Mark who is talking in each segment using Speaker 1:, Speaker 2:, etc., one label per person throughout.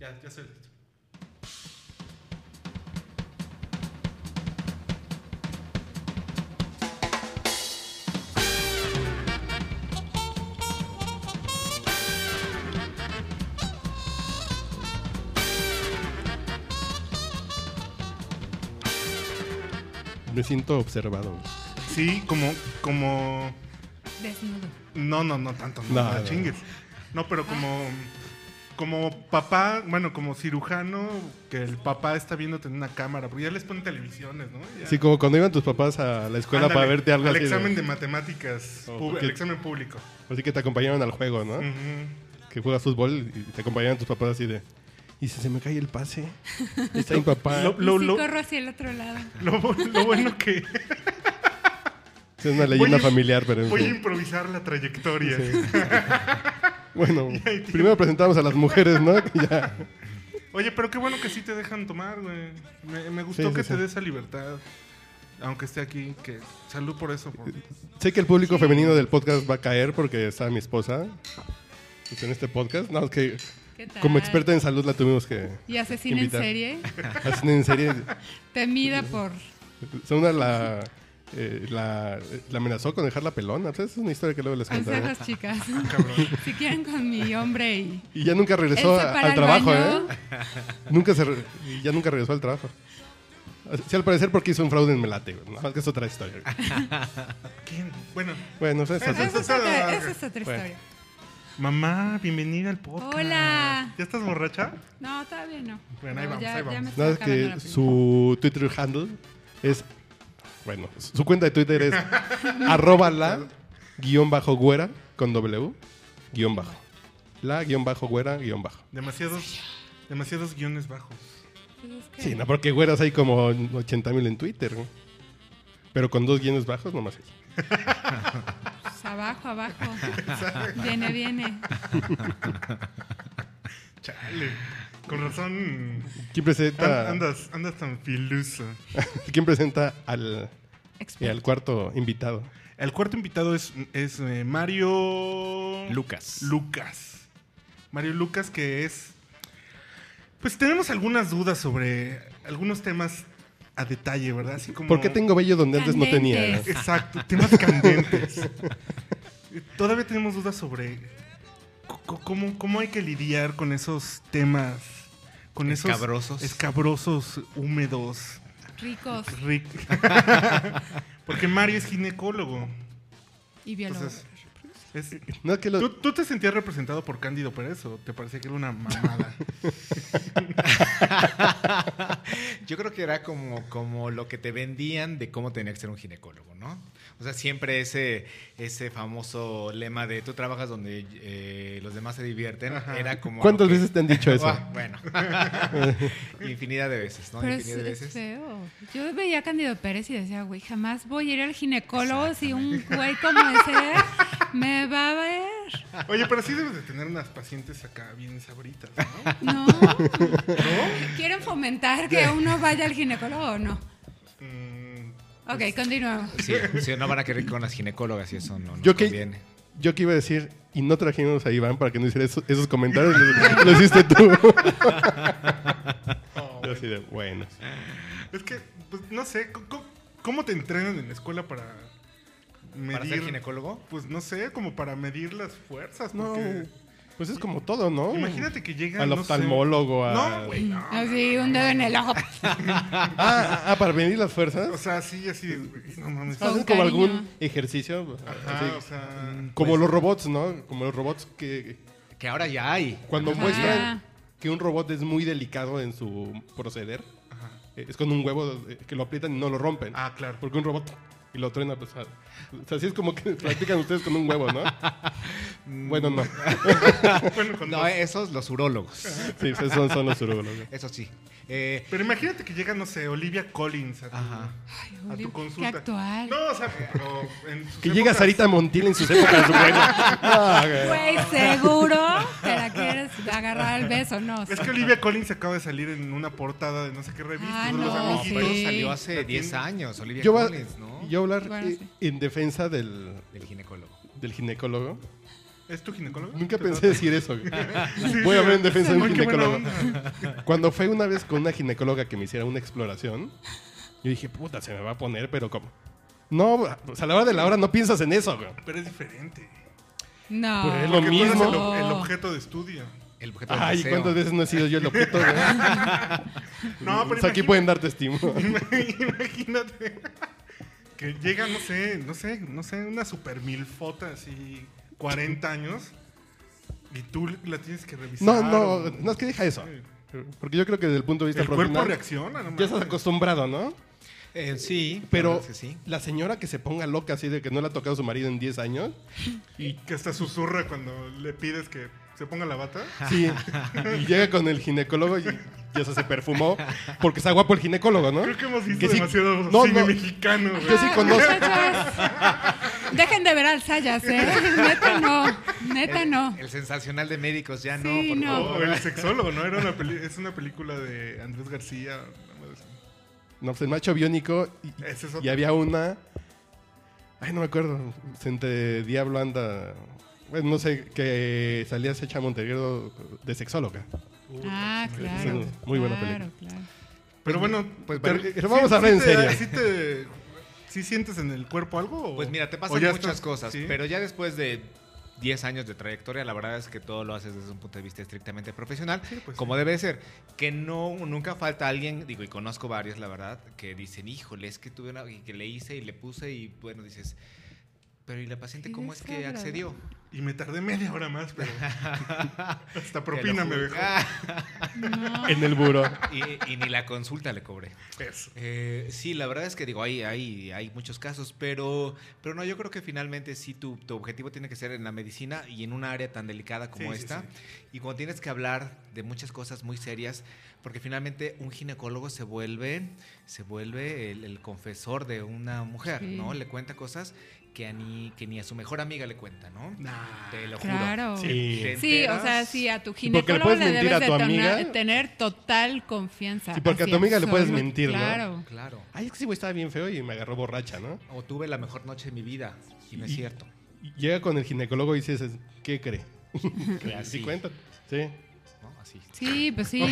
Speaker 1: Ya, ya estoy listo.
Speaker 2: Me siento observado.
Speaker 1: Sí, como, como.
Speaker 3: Desnudo.
Speaker 1: No, no, no tanto, no,
Speaker 2: No,
Speaker 1: no
Speaker 2: no.
Speaker 1: chingues. No, pero como. Como papá, bueno, como cirujano, que el papá está viéndote en una cámara, porque ya les ponen televisiones, ¿no? Ya.
Speaker 2: Sí, como cuando iban tus papás a la escuela para
Speaker 1: Ándale,
Speaker 2: verte algo
Speaker 1: al
Speaker 2: así. de-
Speaker 1: examen de, matemáticas,
Speaker 2: Oh,
Speaker 1: pub-
Speaker 2: porque-
Speaker 1: el examen público.
Speaker 2: Así que te acompañaban al juego, ¿no? Que juegas fútbol y te acompañaban tus papás así de. Y si se me cae el pase, está mi papá.
Speaker 1: Lo-
Speaker 3: Y
Speaker 1: lo-
Speaker 3: sí
Speaker 1: lo-
Speaker 3: corro hacia el otro lado.
Speaker 1: Lo, bu- lo bueno que
Speaker 2: Es una leyenda
Speaker 1: Voy a-
Speaker 2: familiar, pero en
Speaker 1: voy a
Speaker 2: fin.
Speaker 1: improvisar la trayectoria.
Speaker 2: Bueno, primero presentamos a las mujeres, ¿no? Que ya-
Speaker 1: Oye, pero qué bueno que sí te dejan tomar, güey. Me, me gustó
Speaker 2: Sí, sí,
Speaker 1: que te
Speaker 2: sí.
Speaker 1: dé esa libertad. Aunque esté aquí, que salud por eso. por-
Speaker 2: Sé que el público femenino del podcast va a caer porque está mi esposa pues, en este podcast. No, es que
Speaker 3: ¿Qué tal?
Speaker 2: como experta en salud la tuvimos que
Speaker 3: Y asesina en
Speaker 2: invitar.
Speaker 3: serie,
Speaker 2: hacer en serie.
Speaker 3: temida por...
Speaker 2: Sauna la, eh, la, la amenazó con dejar la pelona. Pues, es una historia que luego les contaré.
Speaker 3: Consejos, chicas.
Speaker 1: Ah, Cabrón.
Speaker 3: Si quieren con mi hombre y...
Speaker 2: Y ya nunca
Speaker 3: Él se
Speaker 2: regresó a-
Speaker 3: para
Speaker 2: al
Speaker 3: al
Speaker 2: trabajo,
Speaker 3: baño.
Speaker 2: ¿eh? Nunca se re- y ya nunca regresó al trabajo. Sí, al parecer porque hizo un fraude en Melate. güey. Nada más que es otra historia. güey.
Speaker 1: ¿Quién? Bueno,
Speaker 2: Bueno, o sea, es-
Speaker 3: Esa es otra, esa es otra
Speaker 2: Bueno.
Speaker 3: historia.
Speaker 1: mamá, bienvenida al podcast.
Speaker 3: Hola.
Speaker 1: ¿Ya estás borracha?
Speaker 3: No, todavía no.
Speaker 1: Bueno, ahí
Speaker 3: Pero
Speaker 1: vamos, ahí
Speaker 3: me
Speaker 1: vamos.
Speaker 3: estoy
Speaker 2: Nada más
Speaker 3: acabando la
Speaker 2: que
Speaker 3: primera.
Speaker 2: su Twitter handle es. Bueno, su cuenta de Twitter es arroba la guión bajo güera con W guión bajo. La guión bajo güera guión bajo.
Speaker 1: Demasiados, demasiados guiones bajos.
Speaker 3: Pues es que-
Speaker 2: Sí, no, porque güeras hay como 80 mil en Twitter. ¿no? Pero con dos guiones bajos nomás hay.
Speaker 3: Pues abajo, abajo. viene, viene.
Speaker 1: Chale. Con razón.
Speaker 2: ¿Quién
Speaker 1: an-
Speaker 2: presenta,
Speaker 1: andas, andas tan filuso.
Speaker 2: ¿quién presenta al, eh,
Speaker 3: Experto.
Speaker 2: al cuarto invitado?
Speaker 1: El cuarto invitado es, es eh, Mario.
Speaker 4: Lucas.
Speaker 1: Lucas. Mario Lucas, que es. Pues tenemos algunas dudas sobre algunos temas a detalle, ¿verdad? Así como.
Speaker 2: ¿Por qué tengo bello donde antes no tenía?
Speaker 3: Candentes.
Speaker 1: Exacto, temas candentes. Todavía tenemos dudas sobre c- c- cómo, cómo hay que lidiar con esos temas. Con esos
Speaker 4: Escabrosos.
Speaker 1: escabrosos, húmedos,
Speaker 3: Ricos
Speaker 1: ric- Porque Mario es ginecólogo.
Speaker 3: y biólogos.
Speaker 1: Entonces, es-
Speaker 2: No, que lo-
Speaker 1: ¿tú, tú te sentías representado por Cándido Pérez o te parecía que era una mamada?
Speaker 4: Yo creo que era como, como lo que te vendían de cómo tenía que ser un ginecólogo, ¿no? O sea, siempre ese, ese famoso lema de tú trabajas donde eh, los demás se divierten, era como... lo
Speaker 2: ¿Cuántas
Speaker 4: que-
Speaker 2: veces te han dicho eso?
Speaker 4: Ah, bueno, infinidad de veces, ¿no?
Speaker 3: Pero es, este
Speaker 4: infinidad de
Speaker 3: es
Speaker 4: veces.
Speaker 3: feo. Yo veía a Candido Pérez y decía, güey, jamás voy a ir al ginecólogo si un güey como ese me va a ver.
Speaker 1: Oye, pero sí debes de tener unas pacientes acá bien sabritas, ¿no?
Speaker 3: No. ¿Quieren fomentar que uno vaya al ginecólogo o no?
Speaker 1: Mm,
Speaker 3: Ok, continuamos.
Speaker 4: Sí, sí, no van a querer con las ginecólogas y eso no, no
Speaker 2: Yo que-
Speaker 4: conviene.
Speaker 2: Yo que iba a decir, y no trajimos a Iván para que no hiciera eso- esos comentarios, lo, lo hiciste tú. Yo así de, bueno.
Speaker 1: Es que, pues, no sé, co- co- ¿cómo, te entrenan en la escuela para medir?
Speaker 4: ¿Para ser ginecólogo?
Speaker 1: Pues no sé, como para medir las fuerzas.
Speaker 2: No,
Speaker 1: porque
Speaker 2: pues es como todo, ¿no?
Speaker 1: Imagínate que llegan.
Speaker 2: Al
Speaker 1: no sé-
Speaker 2: oftalmólogo, a-
Speaker 1: No, güey, no.
Speaker 3: Así, un dedo en el ojo.
Speaker 2: Ah, ah, ah, para venir las fuerzas.
Speaker 1: O sea, sí, así, de, güey, no mames.
Speaker 3: Con
Speaker 2: ¿Hacen como
Speaker 3: cariño.
Speaker 2: algún ejercicio? Así,
Speaker 1: Ajá, pues o sea.
Speaker 2: como los robots, ¿no? Como los robots que
Speaker 4: Que ahora ya hay.
Speaker 2: cuando
Speaker 3: Ajá.
Speaker 2: muestran que un robot es muy delicado en su proceder,
Speaker 1: Ajá.
Speaker 2: eh, es con un huevo eh, que lo aprietan y no lo rompen.
Speaker 1: Ah, claro.
Speaker 2: Porque un robot y lo truena, pues, ah, o sea, así es como que practican ustedes con un huevo, ¿no?
Speaker 1: Mm.
Speaker 2: bueno, no.
Speaker 1: Bueno, cuando-
Speaker 4: No, esos los urólogos.
Speaker 2: Sí, esos son, son los urologos.
Speaker 4: Eso sí. Eh,
Speaker 1: Pero imagínate que llega, no sé, Olivia Collins a tu,
Speaker 4: Ajá.
Speaker 3: Ay,
Speaker 1: a
Speaker 3: Uli,
Speaker 1: tu
Speaker 3: qué
Speaker 1: consulta.
Speaker 3: actual.
Speaker 1: No, o sea, pero en sus
Speaker 2: Que llega
Speaker 1: épocas-
Speaker 2: Sarita Montiel en sus épocas buenas. Ah, güey.
Speaker 3: Güey, seguro te la quieres agarrar al beso, ¿no?
Speaker 1: Es que Olivia Collins acaba de salir en una portada de no sé qué revista.
Speaker 3: Ah,
Speaker 1: de
Speaker 3: no,
Speaker 4: no,
Speaker 1: amiguitos.
Speaker 4: pero
Speaker 3: sí.
Speaker 4: salió hace
Speaker 1: La
Speaker 4: 10
Speaker 1: tiene-
Speaker 4: años, Olivia
Speaker 2: yo, va-
Speaker 4: Collins, ¿no?
Speaker 2: yo hablar
Speaker 3: Bueno,
Speaker 2: eh,
Speaker 3: sí.
Speaker 2: en defensa del,
Speaker 4: Del ginecólogo.
Speaker 2: del ginecólogo.
Speaker 1: ¿Es tu ginecólogo?
Speaker 2: Nunca
Speaker 1: ¿Te
Speaker 2: pensé decir eso. güey.
Speaker 1: Sí,
Speaker 2: Voy a
Speaker 1: sí.
Speaker 2: ver en defensa de un
Speaker 1: Ay, qué buena
Speaker 2: ginecólogo.
Speaker 1: onda.
Speaker 2: Cuando fue una vez con una ginecóloga que me hiciera una exploración, yo dije, puta, se me va a poner, pero ¿cómo? No, pues a la hora de la hora no piensas en eso, güey.
Speaker 1: Pero es diferente.
Speaker 3: No.
Speaker 2: Pues es lo
Speaker 1: Porque tú eres
Speaker 2: mismo.
Speaker 1: el ob- el objeto de estudio.
Speaker 4: El objeto del
Speaker 2: Ay,
Speaker 4: deseo.
Speaker 2: ¿cuántas veces no he sido yo el objeto, güey?
Speaker 1: No, pero
Speaker 2: O sea, Pues aquí
Speaker 1: imagina-
Speaker 2: pueden dar testimonio.
Speaker 1: Imagínate que llega, no sé, no sé, no sé, una super milfota así, 40 años, y tú la tienes que revisar.
Speaker 2: No,
Speaker 1: o-
Speaker 2: no, no es que deja eso. Porque yo creo que desde el punto de vista
Speaker 1: El cuerpo
Speaker 2: profesional,
Speaker 1: reacciona, no
Speaker 2: ya estás
Speaker 1: mames.
Speaker 2: acostumbrado, ¿no?
Speaker 4: Eh, sí, la
Speaker 2: Pero
Speaker 4: verdad es que sí.
Speaker 2: la señora que se ponga loca así de que no le ha tocado su marido en 10 años,
Speaker 1: Y que hasta susurra cuando le pides que se ponga la bata.
Speaker 2: sí, y llega con el ginecólogo y ya se perfumó porque está guapo el ginecólogo, ¿no?
Speaker 1: Creo que hemos visto
Speaker 2: Que sí-
Speaker 1: demasiado
Speaker 2: no,
Speaker 1: cine
Speaker 2: no.
Speaker 1: mexicano, güey.
Speaker 2: Yo sí conozco.
Speaker 3: Muchachos, Ah, Dejen de ver al Sayas, ¿eh? Neta no, neta
Speaker 4: el,
Speaker 3: no.
Speaker 4: el sensacional de médicos, ya
Speaker 3: Sí,
Speaker 4: no, por
Speaker 3: no.
Speaker 1: O
Speaker 4: favor.
Speaker 1: Oh, el sexólogo, ¿no? Era una peli- es una película de Andrés García. una madre así.
Speaker 2: No, pues el macho biónico y,
Speaker 1: Ese es otro.
Speaker 2: y había una... Ay, no me acuerdo. Entre Diablo anda... Bueno, no sé, que salía Secha Montevideo de sexóloga.
Speaker 3: Ah, claro.
Speaker 2: Muy buena
Speaker 3: claro, claro.
Speaker 1: Pero bueno,
Speaker 4: Pues,
Speaker 2: eh, Pero,
Speaker 4: bueno,
Speaker 2: pero vamos a hablar en
Speaker 1: te da-
Speaker 2: serio.
Speaker 1: sí te- sí sientes en el cuerpo algo? o-
Speaker 4: Pues mira, te
Speaker 1: o
Speaker 4: pasan
Speaker 1: ya
Speaker 4: muchas
Speaker 1: estás-
Speaker 4: cosas,
Speaker 1: sí?
Speaker 4: pero ya después de 10 años de trayectoria, la verdad es que todo lo haces desde un punto de vista estrictamente profesional,
Speaker 1: Sí, pues
Speaker 4: como debe de ser. Que no, nunca falta alguien, digo, y conozco varios, la verdad, que dicen, híjole, es que tuve una, y que le hice y le puse, y bueno, dices, pero ¿y la paciente
Speaker 3: Qué
Speaker 4: cómo es que
Speaker 3: desagradable.
Speaker 4: accedió?
Speaker 1: Y me tardé media hora más, pero hasta propina me dejó.
Speaker 4: Ah.
Speaker 3: No.
Speaker 2: En el buro.
Speaker 4: y, y ni la consulta le cobré.
Speaker 1: Eso.
Speaker 4: Eh, sí, la verdad es que digo, hay, hay, hay muchos casos, pero, pero no, yo creo que finalmente sí tu, tu objetivo tiene que ser en la medicina y en un área tan delicada como
Speaker 1: Sí, sí,
Speaker 4: esta.
Speaker 1: sí.
Speaker 4: Y cuando tienes que hablar de muchas cosas muy serias, porque finalmente un ginecólogo se vuelve, se vuelve el, el confesor de una mujer,
Speaker 3: Sí.
Speaker 4: ¿no? Le cuenta cosas que, a ni, que ni a su mejor amiga le cuenta, ¿no?
Speaker 1: Nah.
Speaker 4: Te lo juro.
Speaker 3: Claro.
Speaker 2: Sí.
Speaker 4: Te
Speaker 3: Sí, o sea,
Speaker 4: enteras-
Speaker 3: sí, a tu
Speaker 2: porque le
Speaker 3: ginecólogo
Speaker 2: puedes
Speaker 3: le,
Speaker 2: mentir
Speaker 3: debes
Speaker 2: a tu
Speaker 3: detonar-
Speaker 2: amiga.
Speaker 3: tener total confianza.
Speaker 2: Sí, porque a
Speaker 3: así,
Speaker 2: tu amiga le puedes
Speaker 3: absoluta,
Speaker 2: mentir, ¿no?
Speaker 3: Claro.
Speaker 4: Claro.
Speaker 2: Ay, es que sí, güey, estaba bien feo y me agarró borracha, ¿no?
Speaker 4: O tuve la mejor noche de mi vida, y no es
Speaker 2: Y-
Speaker 4: cierto.
Speaker 2: Y Llega con el ginecólogo y dices, ¿qué cree?
Speaker 4: Así.
Speaker 2: Sí, cuenta. Sí.
Speaker 4: ¿no? Así.
Speaker 3: Sí, pues sí.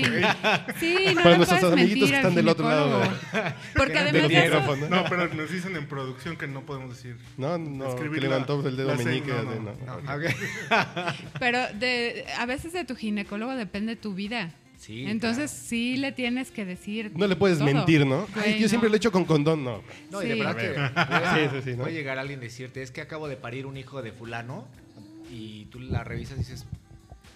Speaker 3: Sí, no
Speaker 2: Para
Speaker 3: le
Speaker 2: nuestros
Speaker 3: puedes
Speaker 2: amiguitos que
Speaker 3: mentir al
Speaker 2: están del otro lado de-
Speaker 3: ginecólogo. Porque
Speaker 4: del
Speaker 3: además de eso,
Speaker 2: micrófono.
Speaker 1: No, pero nos dicen en producción que no podemos decir.
Speaker 2: No, no, que
Speaker 1: Escribir la-
Speaker 2: levantó el dedo
Speaker 1: la C,
Speaker 2: meñique.
Speaker 1: no,
Speaker 2: de-
Speaker 1: no,
Speaker 2: no,
Speaker 4: No,
Speaker 2: ok.
Speaker 4: ok.
Speaker 3: pero de, a veces de tu ginecólogo depende tu vida.
Speaker 4: Sí,
Speaker 3: Entonces sí le tienes que decir.
Speaker 2: No le puedes
Speaker 3: todo.
Speaker 2: mentir, ¿no? Ay,
Speaker 3: Güey,
Speaker 2: yo siempre
Speaker 3: no.
Speaker 2: lo he hecho con condón, no.
Speaker 4: No, y de
Speaker 3: Sí.
Speaker 4: verdad que puede,
Speaker 2: Sí, sí, sí, ¿no?
Speaker 4: puede llegar alguien a decirte, es que acabo de parir un hijo de fulano y tú la revisas y dices,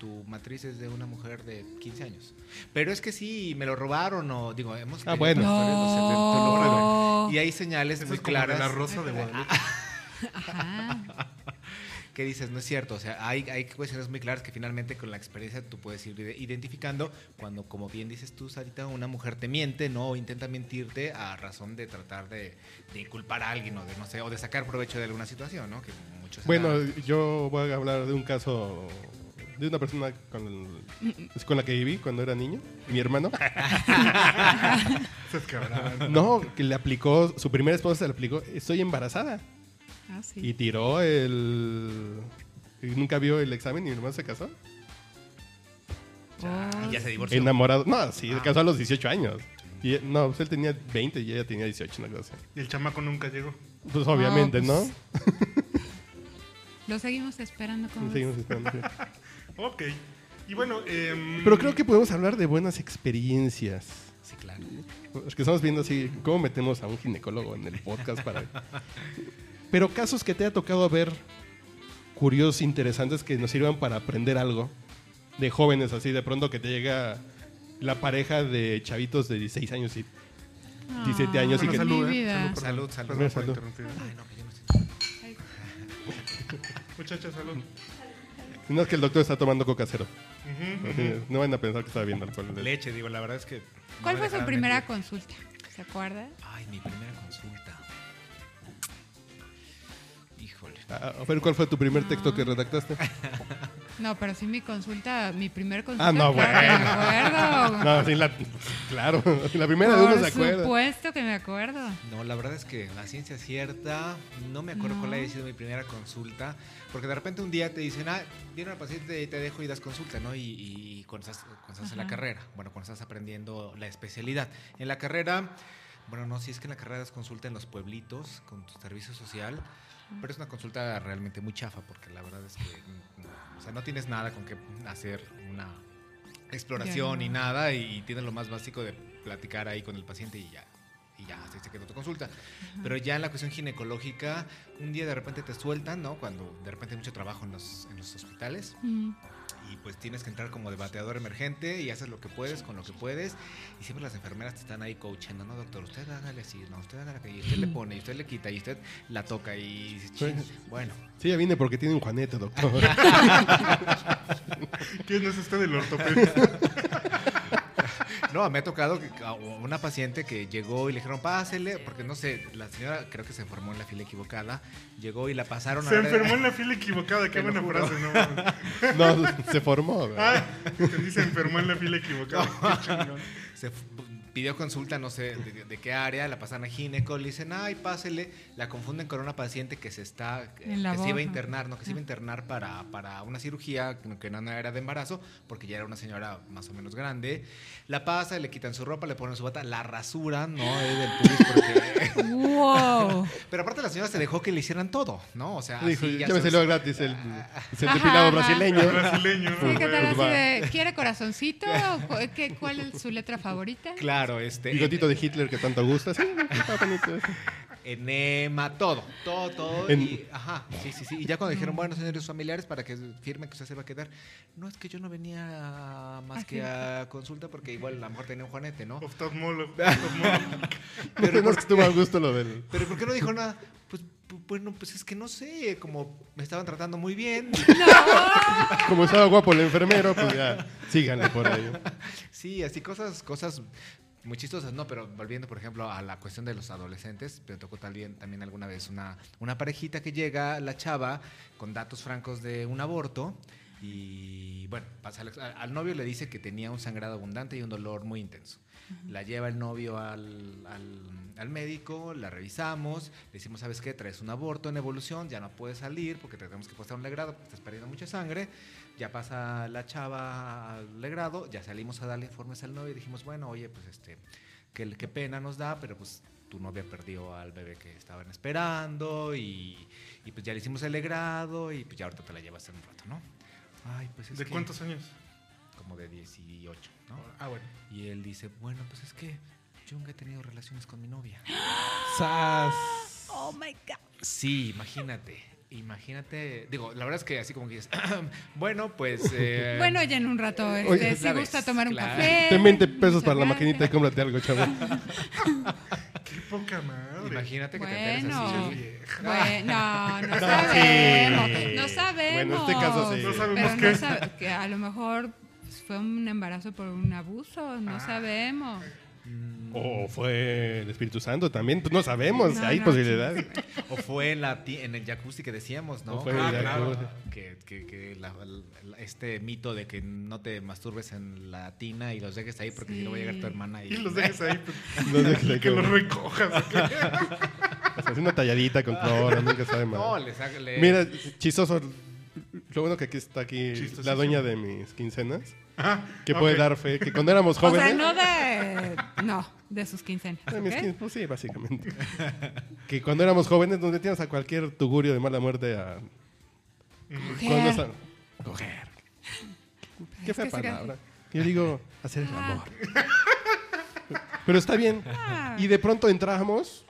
Speaker 4: tu matriz es de una mujer de 15 años. Pero es que sí, me lo robaron o digo, hemos...
Speaker 2: Ah,
Speaker 4: tenido
Speaker 2: bueno.
Speaker 4: historias, no sé, te- te lo robaron.
Speaker 3: No.
Speaker 4: Y hay señales
Speaker 1: Eso
Speaker 4: muy
Speaker 1: es como de
Speaker 4: claras
Speaker 1: la rosa de Guadalupe.
Speaker 3: Ajá.
Speaker 4: que dices, no es cierto. O sea, hay, hay cuestiones muy claras que finalmente con la experiencia tú puedes ir ide- identificando cuando, como bien dices tú, Sarita, una mujer te miente, ¿no? O intenta mentirte a razón de tratar de, de inculpar a alguien o de, no sé, o de sacar provecho de alguna situación, ¿no? Que mucho se
Speaker 2: Bueno,
Speaker 4: da.
Speaker 2: yo voy a hablar de un caso de una persona con, es con la que viví cuando era niño, mi hermano.
Speaker 1: Eso es cabrón.
Speaker 2: No, que le aplicó, su primera esposa se le aplicó, estoy embarazada.
Speaker 3: Ah, sí.
Speaker 2: Y tiró el... y nunca vio el examen y mi hermano se casó.
Speaker 4: Y Ah, ya se divorció.
Speaker 2: Enamorado. No, sí, se
Speaker 4: Ah.
Speaker 2: casó a los 18 años. Y, no, pues él tenía 20 y ella tenía 18, una cosa así.
Speaker 1: Y el chamaco nunca llegó.
Speaker 2: Pues obviamente,
Speaker 3: pues,
Speaker 2: ¿no?
Speaker 3: Lo seguimos esperando como.
Speaker 2: Seguimos esperando, sí.
Speaker 1: Ok. Y bueno, em,
Speaker 2: Pero creo que podemos hablar de buenas experiencias.
Speaker 4: Sí, claro.
Speaker 2: Es que estamos viendo así, ¿cómo metemos a un ginecólogo en el podcast para... Pero casos que te ha tocado ver curiosos, interesantes, que nos sirvan para aprender algo. De jóvenes así, de pronto que te llega la pareja de chavitos de 16 años y 17 años y
Speaker 1: Bueno,
Speaker 2: que-
Speaker 1: salud,
Speaker 3: Mi
Speaker 1: ¿eh?
Speaker 3: vida.
Speaker 1: por-
Speaker 4: Salud, salud.
Speaker 1: perdón por
Speaker 2: Salud.
Speaker 1: interrumpir.
Speaker 4: Ay, no, que yo no sé.
Speaker 1: Muchachas, salud.
Speaker 2: No es que el doctor está tomando coca cero.
Speaker 1: Ujú,
Speaker 2: Así, No van a pensar que está viendo alcohol.
Speaker 4: Leche, digo, la verdad es que... no
Speaker 3: ¿Cuál
Speaker 4: me
Speaker 3: fue su
Speaker 4: dejaron
Speaker 3: primera
Speaker 4: mentir.
Speaker 3: consulta? ¿Se acuerda?
Speaker 4: Ay, mi primera consulta. Híjole.
Speaker 2: Ah, A, a ver, ¿cuál fue tu primer texto que redactaste?
Speaker 3: No, pero sí mi consulta, mi primer consulta.
Speaker 2: Ah, no,
Speaker 3: claro que
Speaker 2: bueno.
Speaker 3: Me acuerdo.
Speaker 2: No, sí, la, claro, la primera de uno
Speaker 3: Por
Speaker 2: se acuerda.
Speaker 3: supuesto que me acuerdo.
Speaker 4: No, la verdad es que la ciencia cierta, no me acuerdo
Speaker 3: No.
Speaker 4: cuál haya sido mi primera consulta, porque de repente un día te dicen, ah, viene una paciente y te dejo y das consulta, ¿no? Y, y cuando estás, cuando estás en la
Speaker 3: Ajá.
Speaker 4: carrera, bueno, cuando estás aprendiendo la especialidad. En la carrera, bueno, no, si es que en la carrera das consulta en los pueblitos con tu servicio social, pero es una consulta realmente muy chafa, porque la verdad es que, mm, no, o sea, no tienes nada con que hacer una exploración y
Speaker 3: Ya.
Speaker 4: nada, y tienes lo más básico de platicar ahí con el paciente y ya y ya se, se quedó tu consulta. Pero ya en la cuestión ginecológica, un día de repente te sueltan, ¿no? Cuando de repente hay mucho trabajo en los, en los hospitales
Speaker 3: Mm.
Speaker 4: y pues tienes que entrar como debateador emergente y haces lo que puedes con lo que puedes y siempre las enfermeras te están ahí coachando, no doctor, usted hágale así, no, usted hágale así, y usted le pone, y usted le quita, y usted la toca y dices, "Chin,
Speaker 1: Pues,
Speaker 4: bueno,
Speaker 2: Sí, ya vine porque tiene un Juanete, doctor.
Speaker 1: ¿Quién es este del ortopedista?
Speaker 4: No, me ha tocado que- a una paciente que llegó y le dijeron, pásele, porque no sé, la señora creo que se enfermó en la fila equivocada, llegó y la pasaron
Speaker 1: Se
Speaker 4: a la-
Speaker 1: enfermó en la fila equivocada. Qué
Speaker 4: Te
Speaker 1: buena
Speaker 4: lo juro.
Speaker 1: frase, ¿no? mames.
Speaker 2: No, se formó. güey.
Speaker 1: Ah, te dice enfermó en la fila equivocada. Qué chingón.
Speaker 4: se f- pidió consulta, no sé de, de qué área, la pasan a gineco, le dicen, ay, pásele, la confunden con una paciente que se está, eh, que
Speaker 3: En la
Speaker 4: se iba a
Speaker 3: boca.
Speaker 4: internar, no, que se iba a internar para, para una cirugía que no era de embarazo, porque ya era una señora más o menos grande, la pasa, le quitan su ropa, le ponen su bata, la rasuran, no, es del pubis porque...
Speaker 3: Wow.
Speaker 4: Pero aparte la señora se dejó que le hicieran todo, ¿no? O sea,
Speaker 2: Dijo,
Speaker 4: así
Speaker 2: ya
Speaker 4: Ah, ya
Speaker 2: me
Speaker 4: sabes-
Speaker 2: salió gratis el, el
Speaker 3: Ajá,
Speaker 2: depilado
Speaker 3: ajá.
Speaker 2: brasileño.
Speaker 1: El brasileño. ¿no?
Speaker 3: Sí, ¿qué tal así
Speaker 2: Pues va.
Speaker 3: de, ¿Quiere corazoncito? ¿O cu- qué- ¿Cuál es su letra favorita?
Speaker 4: Claro, este.
Speaker 2: Bigotito de Hitler que tanto gusta. Sí, está bonito eso.
Speaker 4: Enema, todo, todo, todo.
Speaker 2: En-
Speaker 4: Y, ajá, sí, sí, sí. Y ya cuando dijeron, bueno, señores familiares, para que firme que usted se va a quedar. No, es que yo no venía más que a consulta porque igual a lo mejor tenía un juanete, ¿no?
Speaker 1: Oftalmólogo. oftalmólogo.
Speaker 2: Pero no es que estuvo a gusto lo del.
Speaker 4: Pero ¿por qué no dijo nada? Pues, pu- bueno, pues es que no sé, como me estaban tratando muy bien.
Speaker 2: Como estaba guapo el enfermero, pues ya, síganle por ahí.
Speaker 4: Sí, así cosas, cosas muy chistosas, ¿no? Pero volviendo, por ejemplo, a la cuestión de los adolescentes, me tocó también, también alguna vez una, una parejita que llega, la chava, con datos francos de un aborto. Y bueno, pasa al, al novio le dice que tenía un sangrado abundante y un dolor muy intenso. La lleva el novio al, al- al médico, la revisamos, le decimos, ¿sabes qué? Traes un aborto en evolución, ya no puedes salir porque te tenemos que pasar un legrado porque estás perdiendo mucha sangre. Ya pasa la chava al legrado, ya salimos a darle informes al novio y dijimos, bueno, oye, pues este, qué, qué pena nos da, pero pues tu novia perdió al bebé que estaban esperando y, y pues ya le hicimos el legrado y pues ya ahorita te la llevas en un rato, ¿no? Ay, pues es
Speaker 1: ¿De
Speaker 4: que-
Speaker 1: cuántos años?
Speaker 4: Como de 18, ¿no?
Speaker 1: Ah, bueno.
Speaker 4: Y él dice, bueno, pues es que yo nunca he tenido relaciones con mi novia.
Speaker 3: Oh my God.
Speaker 4: Sí, imagínate. Imagínate, digo, la verdad es que así como que dices, bueno, pues... eh,
Speaker 3: Bueno, ya en un rato, este,
Speaker 2: Oye,
Speaker 3: si
Speaker 4: ¿sabes?
Speaker 3: gusta tomar un
Speaker 4: Claro.
Speaker 3: café.
Speaker 2: Ten 20 pesos
Speaker 3: un
Speaker 2: para la maquinita y cómprate
Speaker 3: chocolate.
Speaker 2: algo, chaval.
Speaker 1: Qué poca madre.
Speaker 4: imagínate que te enteres
Speaker 3: Bueno.
Speaker 4: así.
Speaker 1: Vieja.
Speaker 3: Bueno, no, no
Speaker 2: sí.
Speaker 3: sabemos. No
Speaker 2: Bueno,
Speaker 3: sabemos.
Speaker 2: en este caso sí. No
Speaker 1: sabemos
Speaker 3: Pero
Speaker 1: qué.
Speaker 3: no sabe- que a lo mejor pues, fue un embarazo por un abuso, no
Speaker 1: Ah.
Speaker 3: sabemos.
Speaker 2: O fue el Espíritu Santo también, pues no sabemos,
Speaker 3: No,
Speaker 2: hay
Speaker 3: no,
Speaker 2: posibilidades.
Speaker 4: O fue en, la, ti- en el jacuzzi que decíamos, ¿no?
Speaker 2: O fue en el
Speaker 4: Ah, claro.
Speaker 2: jacuzzi.
Speaker 4: Que, que- que la- la- este mito de que no te masturbes en la tina y los dejes ahí porque si no va a llegar tu
Speaker 3: Sí.
Speaker 4: hermana y...
Speaker 1: Y los dejes ahí. pues.
Speaker 2: No sé qué-
Speaker 1: y que los recojas. ¿o qué?
Speaker 2: o sea, es una talladita con cloro, nunca sabe mal.
Speaker 4: No, les haga- le-
Speaker 2: Mira, chistoso. Lo bueno que aquí está aquí la
Speaker 1: Chistosísimo.
Speaker 2: dueña de mis quincenas,
Speaker 1: Ah,
Speaker 2: que puede
Speaker 1: ok.
Speaker 2: dar fe, que cuando éramos
Speaker 3: O
Speaker 2: jóvenes...
Speaker 3: sea, no de. No, de sus quincenas.
Speaker 2: de mis
Speaker 3: ¿ok?
Speaker 2: quin- pues sí, básicamente. que cuando éramos jóvenes nos metíamos a cualquier tugurio de mala muerte a...
Speaker 3: Mujer.
Speaker 2: cuando sa- Coger. Qué
Speaker 3: Es que
Speaker 2: fea
Speaker 3: Ah. sí,
Speaker 2: palabra. Yo digo, hacer el amor. Pero está bien.
Speaker 3: Ah.
Speaker 2: Y de pronto entramos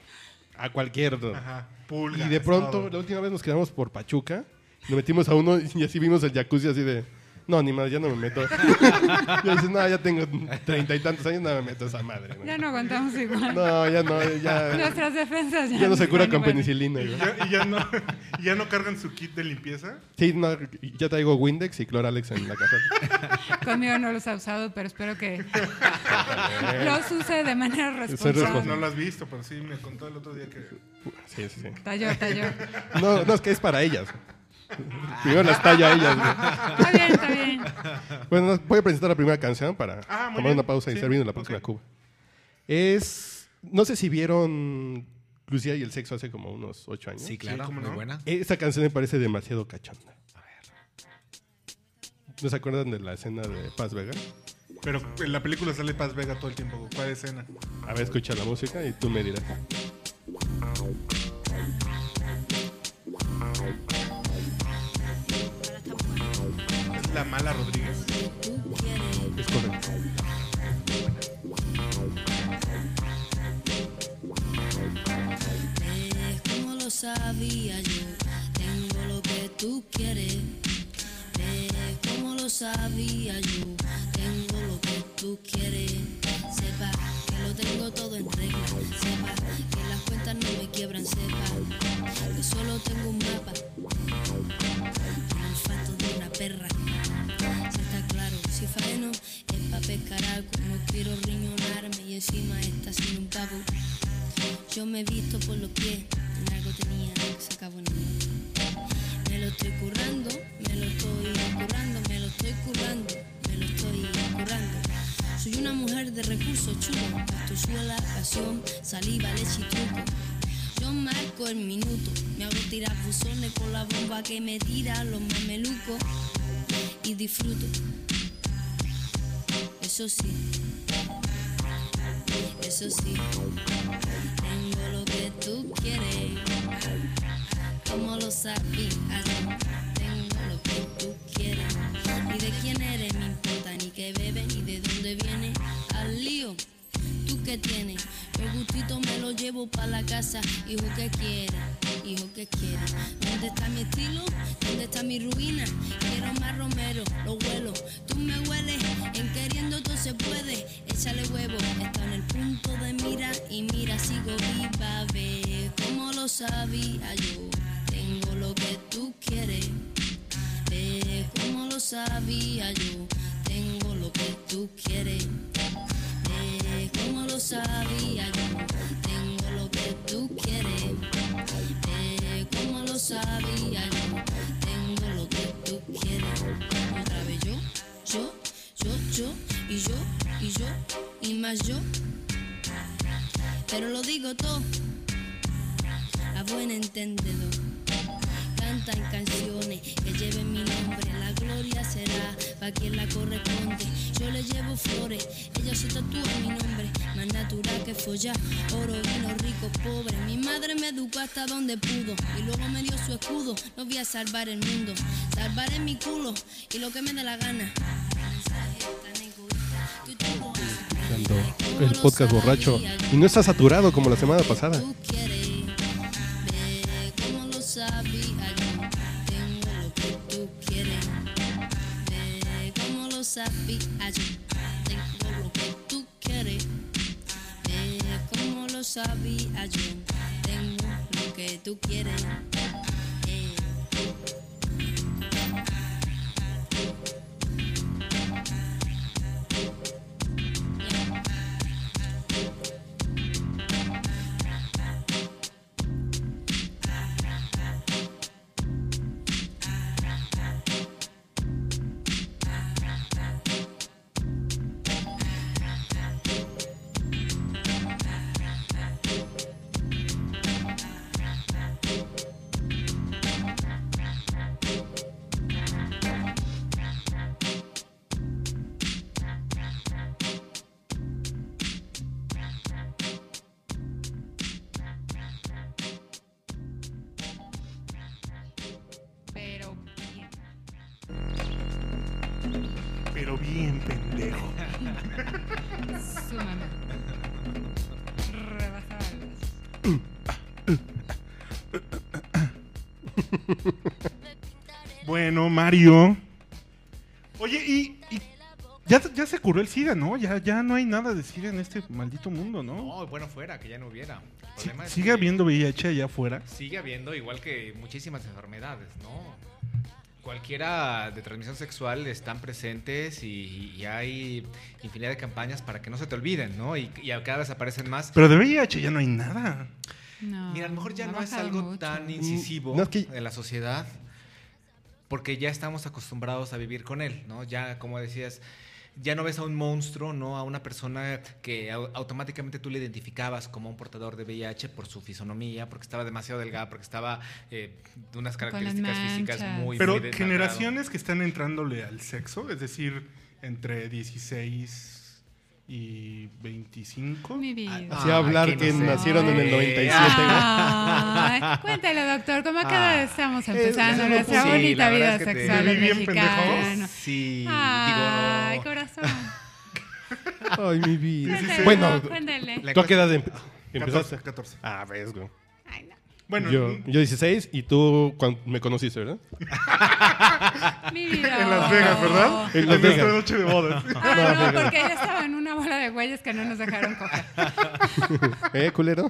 Speaker 2: a cualquier...
Speaker 1: Ajá. Pulgas,
Speaker 2: Y de pronto,
Speaker 1: todo.
Speaker 2: la última vez nos quedamos por Pachuca, nos metimos a uno y así vimos el jacuzzi así de, no, ni más, ya no me meto. y dices, no, ya tengo treinta y tantos años, no me meto a esa madre. ¿no?
Speaker 3: Ya no aguantamos igual.
Speaker 2: No, ya no, ya,
Speaker 3: Nuestras defensas ya,
Speaker 2: ya no se cura
Speaker 3: están
Speaker 2: con
Speaker 3: igual.
Speaker 2: penicilina. güey.
Speaker 1: Ya- y ya no, y ya no cargan su kit de limpieza.
Speaker 2: Sí, no, ya traigo Windex y Cloralex en la caja.
Speaker 3: Conmigo no los ha usado, pero espero que los use de manera
Speaker 1: No,
Speaker 2: responsable.
Speaker 3: responsable.
Speaker 1: no lo has visto, pero sí me contó el otro día que.
Speaker 2: Sí, sí, sí.
Speaker 3: Talló, talló.
Speaker 2: No, no, es que es para ellas. Primero las talla ellas, güey.
Speaker 3: Está bien, está bien.
Speaker 2: Bueno, voy a presentar la primera canción para
Speaker 1: Ah, muy
Speaker 2: tomar
Speaker 1: bien.
Speaker 2: una pausa y
Speaker 1: Sí,
Speaker 2: servir en la próxima
Speaker 1: ok.
Speaker 2: Cuba. Es. No sé si vieron Lucía y el sexo hace como unos ocho años.
Speaker 4: Sí, claro,
Speaker 1: ¿cómo
Speaker 4: muy
Speaker 1: no?
Speaker 4: buena.
Speaker 2: Esta canción me parece demasiado cachonda. ¿No se acuerdan de la escena de Paz Vega?
Speaker 1: Pero en la película sale Paz Vega todo el tiempo. ¿Cuál escena?
Speaker 2: A ver, escucha la música y tú me dirás.
Speaker 1: Es la mala Rodríguez.
Speaker 2: Es correcto.
Speaker 5: Eres como lo sabía yo, tengo lo que tú quieres. Eres como lo sabía yo, tengo lo que tú quieres. Sepa que lo tengo todo en regla, sepa que las cuentas no me quiebran, sepa que solo tengo un mapa. El olfato de una perra. Si está claro, si faeno es pa' pescar algo, no quiero riñonarme y encima está sin un pavo. Yo me he visto por los pies, en algo tenía que sacar bonito. Me lo estoy currando, me lo estoy currando, me lo estoy currando, me lo estoy currando. Soy una mujer de recursos chulos, suela, pasión, saliva, leche y truco. Yo marco el minuto, me hago tirar buzones con la bomba que me tira los mamelucos y disfruto. Eso sí, eso sí. Tengo lo que tú quieres, como lo sabía yo. Tengo lo que tú quieres. Ni de quién eres me importa, ni qué bebe, ni de dónde viene. Al lío, tú que tienes. El gustito me lo llevo para la casa. Hijo que quiere, hijo que quiere. ¿Dónde está mi estilo? ¿Dónde está mi ruina? Quiero más romero, lo huelo. Tú me hueles, en queriendo todo se puede. Échale huevo, está en el punto de mira y mira, sigo viva, ve como lo sabía yo. Tengo lo que tú quieres, ve como lo sabía yo. Tengo lo que tú quieres, ve como lo sabía yo. Tengo lo que tú quieres, ve como lo sabía yo. Tengo lo que tú quieres, otra vez yo, yo, yo, yo, y yo, y yo, y más yo pero lo digo todo a buen entendedor. Cantan canciones que lleven mi nombre, la gloria será para quien la corresponde. Yo le llevo flores, ella se tatúa mi nombre, más natural que follar, oro, vino, rico, pobre. Mi madre me educó hasta donde pudo y luego me dio su escudo. No voy a salvar el mundo, salvaré mi culo y lo que me dé la gana.
Speaker 2: Escuchando el podcast borracho. Y no está saturado como la semana pasada.
Speaker 5: Tú quieres, ve como lo sabía yo. Tengo lo que tú quieres, ve como lo sabía yo. Tengo lo que tú quieres, ve como lo sabía yo. Tengo lo que tú quieres. eh.
Speaker 3: Pero bien.
Speaker 1: Pero bien pendejo.
Speaker 3: Súmame. Rebajaba el vaso.
Speaker 1: Bueno, Mario. Oye, y, y ya, ya se curó el SIDA, ¿no? Ya, ya no hay nada de SIDA en este maldito mundo, ¿no?
Speaker 4: No, bueno, fuera, que ya no hubiera. El
Speaker 1: Sí,
Speaker 4: problema es
Speaker 1: sigue
Speaker 4: que
Speaker 1: habiendo VIH allá afuera.
Speaker 4: Sigue habiendo, igual que muchísimas enfermedades, ¿no? Cualquiera de transmisión sexual están presentes y, y hay infinidad de campañas para que no se te olviden, ¿no? Y, y cada vez aparecen más.
Speaker 1: Pero de VIH ya no hay nada.
Speaker 3: No,
Speaker 4: Mira, a lo mejor ya
Speaker 3: ha
Speaker 4: no es
Speaker 3: bajado
Speaker 4: algo
Speaker 3: mucho. Mm,
Speaker 4: tan incisivo
Speaker 2: No, es que-
Speaker 4: en la sociedad. porque ya estamos acostumbrados a vivir con él, ¿no? Ya, como decías, ya no ves a un monstruo, ¿no? A una persona que au- automáticamente tú le identificabas como un portador de VIH por su fisonomía, porque estaba demasiado delgada, porque estaba eh, de unas
Speaker 3: las
Speaker 4: características físicas
Speaker 3: manchas.
Speaker 4: muy
Speaker 1: Pero
Speaker 4: muy desmadrado.
Speaker 1: generaciones que están entrándole al sexo, es decir, entre 16 y 25.
Speaker 3: Mi
Speaker 4: Ah,
Speaker 3: vida.
Speaker 2: Así hablar
Speaker 4: aquí
Speaker 2: que
Speaker 4: no sé.
Speaker 2: nacieron en el
Speaker 4: Eh,
Speaker 2: 97. güey.
Speaker 3: Ay, cuéntalo, doctor, ¿cómo acaba de estamos empezando
Speaker 4: Ah. es-
Speaker 3: nuestra
Speaker 4: sí, la
Speaker 3: bonita
Speaker 4: verdad
Speaker 3: vida
Speaker 4: es que te-
Speaker 3: sexual
Speaker 1: Te
Speaker 3: en
Speaker 1: vi bien
Speaker 3: mexicano?
Speaker 4: Sí,
Speaker 3: Ay,
Speaker 4: digo,
Speaker 3: corazón.
Speaker 2: Ay, mi vida.
Speaker 3: Cuéntale,
Speaker 2: Bueno,
Speaker 3: cuéntale.
Speaker 4: la Ah,
Speaker 2: ¿tú a qué
Speaker 4: encuesta-
Speaker 2: edad empe-
Speaker 1: 14,
Speaker 2: empezaste?
Speaker 1: 14.
Speaker 2: Ah, ves, güey.
Speaker 3: Ay, no.
Speaker 1: Bueno,
Speaker 2: yo, yo 16 y tú cuan- me conociste, ¿verdad?
Speaker 3: Mi vida.
Speaker 1: en Las Vegas, ¿verdad?
Speaker 2: En Las
Speaker 1: nuestra
Speaker 2: Vegas.
Speaker 1: noche de bodas.
Speaker 3: Ah, no, porque ella estaba en una bola de güeyes que no nos dejaron coger.
Speaker 2: ¿Eh, culero?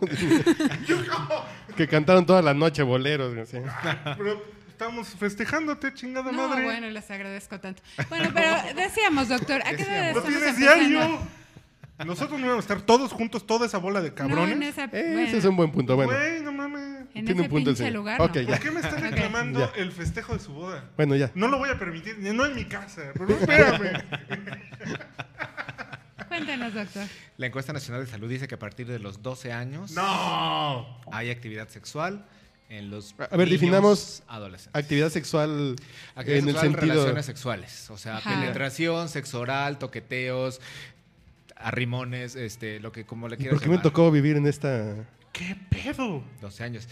Speaker 2: que cantaron toda la noche boleros. güey, así.
Speaker 4: Ah,
Speaker 1: Pero estamos festejándote, chingada
Speaker 3: No,
Speaker 1: madre.
Speaker 3: bueno, les agradezco tanto. Bueno, pero decíamos, doctor, ¿a qué edad
Speaker 1: Lo
Speaker 3: estamos
Speaker 1: tienes
Speaker 3: empezando?
Speaker 1: diario. Nosotros no vamos a estar todos juntos, toda esa bola de
Speaker 3: No, en
Speaker 1: cabrones.
Speaker 3: esa,
Speaker 2: Eh, Ese
Speaker 3: bueno,
Speaker 2: es un buen punto. Bueno,
Speaker 1: Güey, no mames.
Speaker 3: en
Speaker 2: tiene
Speaker 3: ese
Speaker 2: un punto el
Speaker 3: pinche
Speaker 2: señor.
Speaker 3: lugar.
Speaker 2: Ok,
Speaker 3: no.
Speaker 2: ya.
Speaker 1: ¿Por qué me están
Speaker 3: Ok.
Speaker 1: reclamando
Speaker 2: Ya.
Speaker 1: el festejo de su boda?
Speaker 2: Bueno, ya.
Speaker 1: No lo voy a permitir, no en mi casa. Pero espérame.
Speaker 3: Cuéntanos, doctor.
Speaker 4: La encuesta nacional de salud dice que a partir de los 12 años
Speaker 1: no.
Speaker 4: hay actividad sexual en los
Speaker 2: A ver,
Speaker 4: niños
Speaker 2: definamos
Speaker 4: adolescentes.
Speaker 2: Actividad sexual
Speaker 4: Actividad
Speaker 2: en el
Speaker 4: sexual,
Speaker 2: sentido.
Speaker 4: relaciones sexuales, o sea,
Speaker 3: Ajá.
Speaker 4: penetración, sexo oral, toqueteos, arrimones, este, lo que como le
Speaker 2: ¿Y
Speaker 4: quieras
Speaker 2: por qué me
Speaker 4: llamar.
Speaker 2: tocó vivir en esta.?
Speaker 1: ¿Qué pedo?
Speaker 4: 12 años.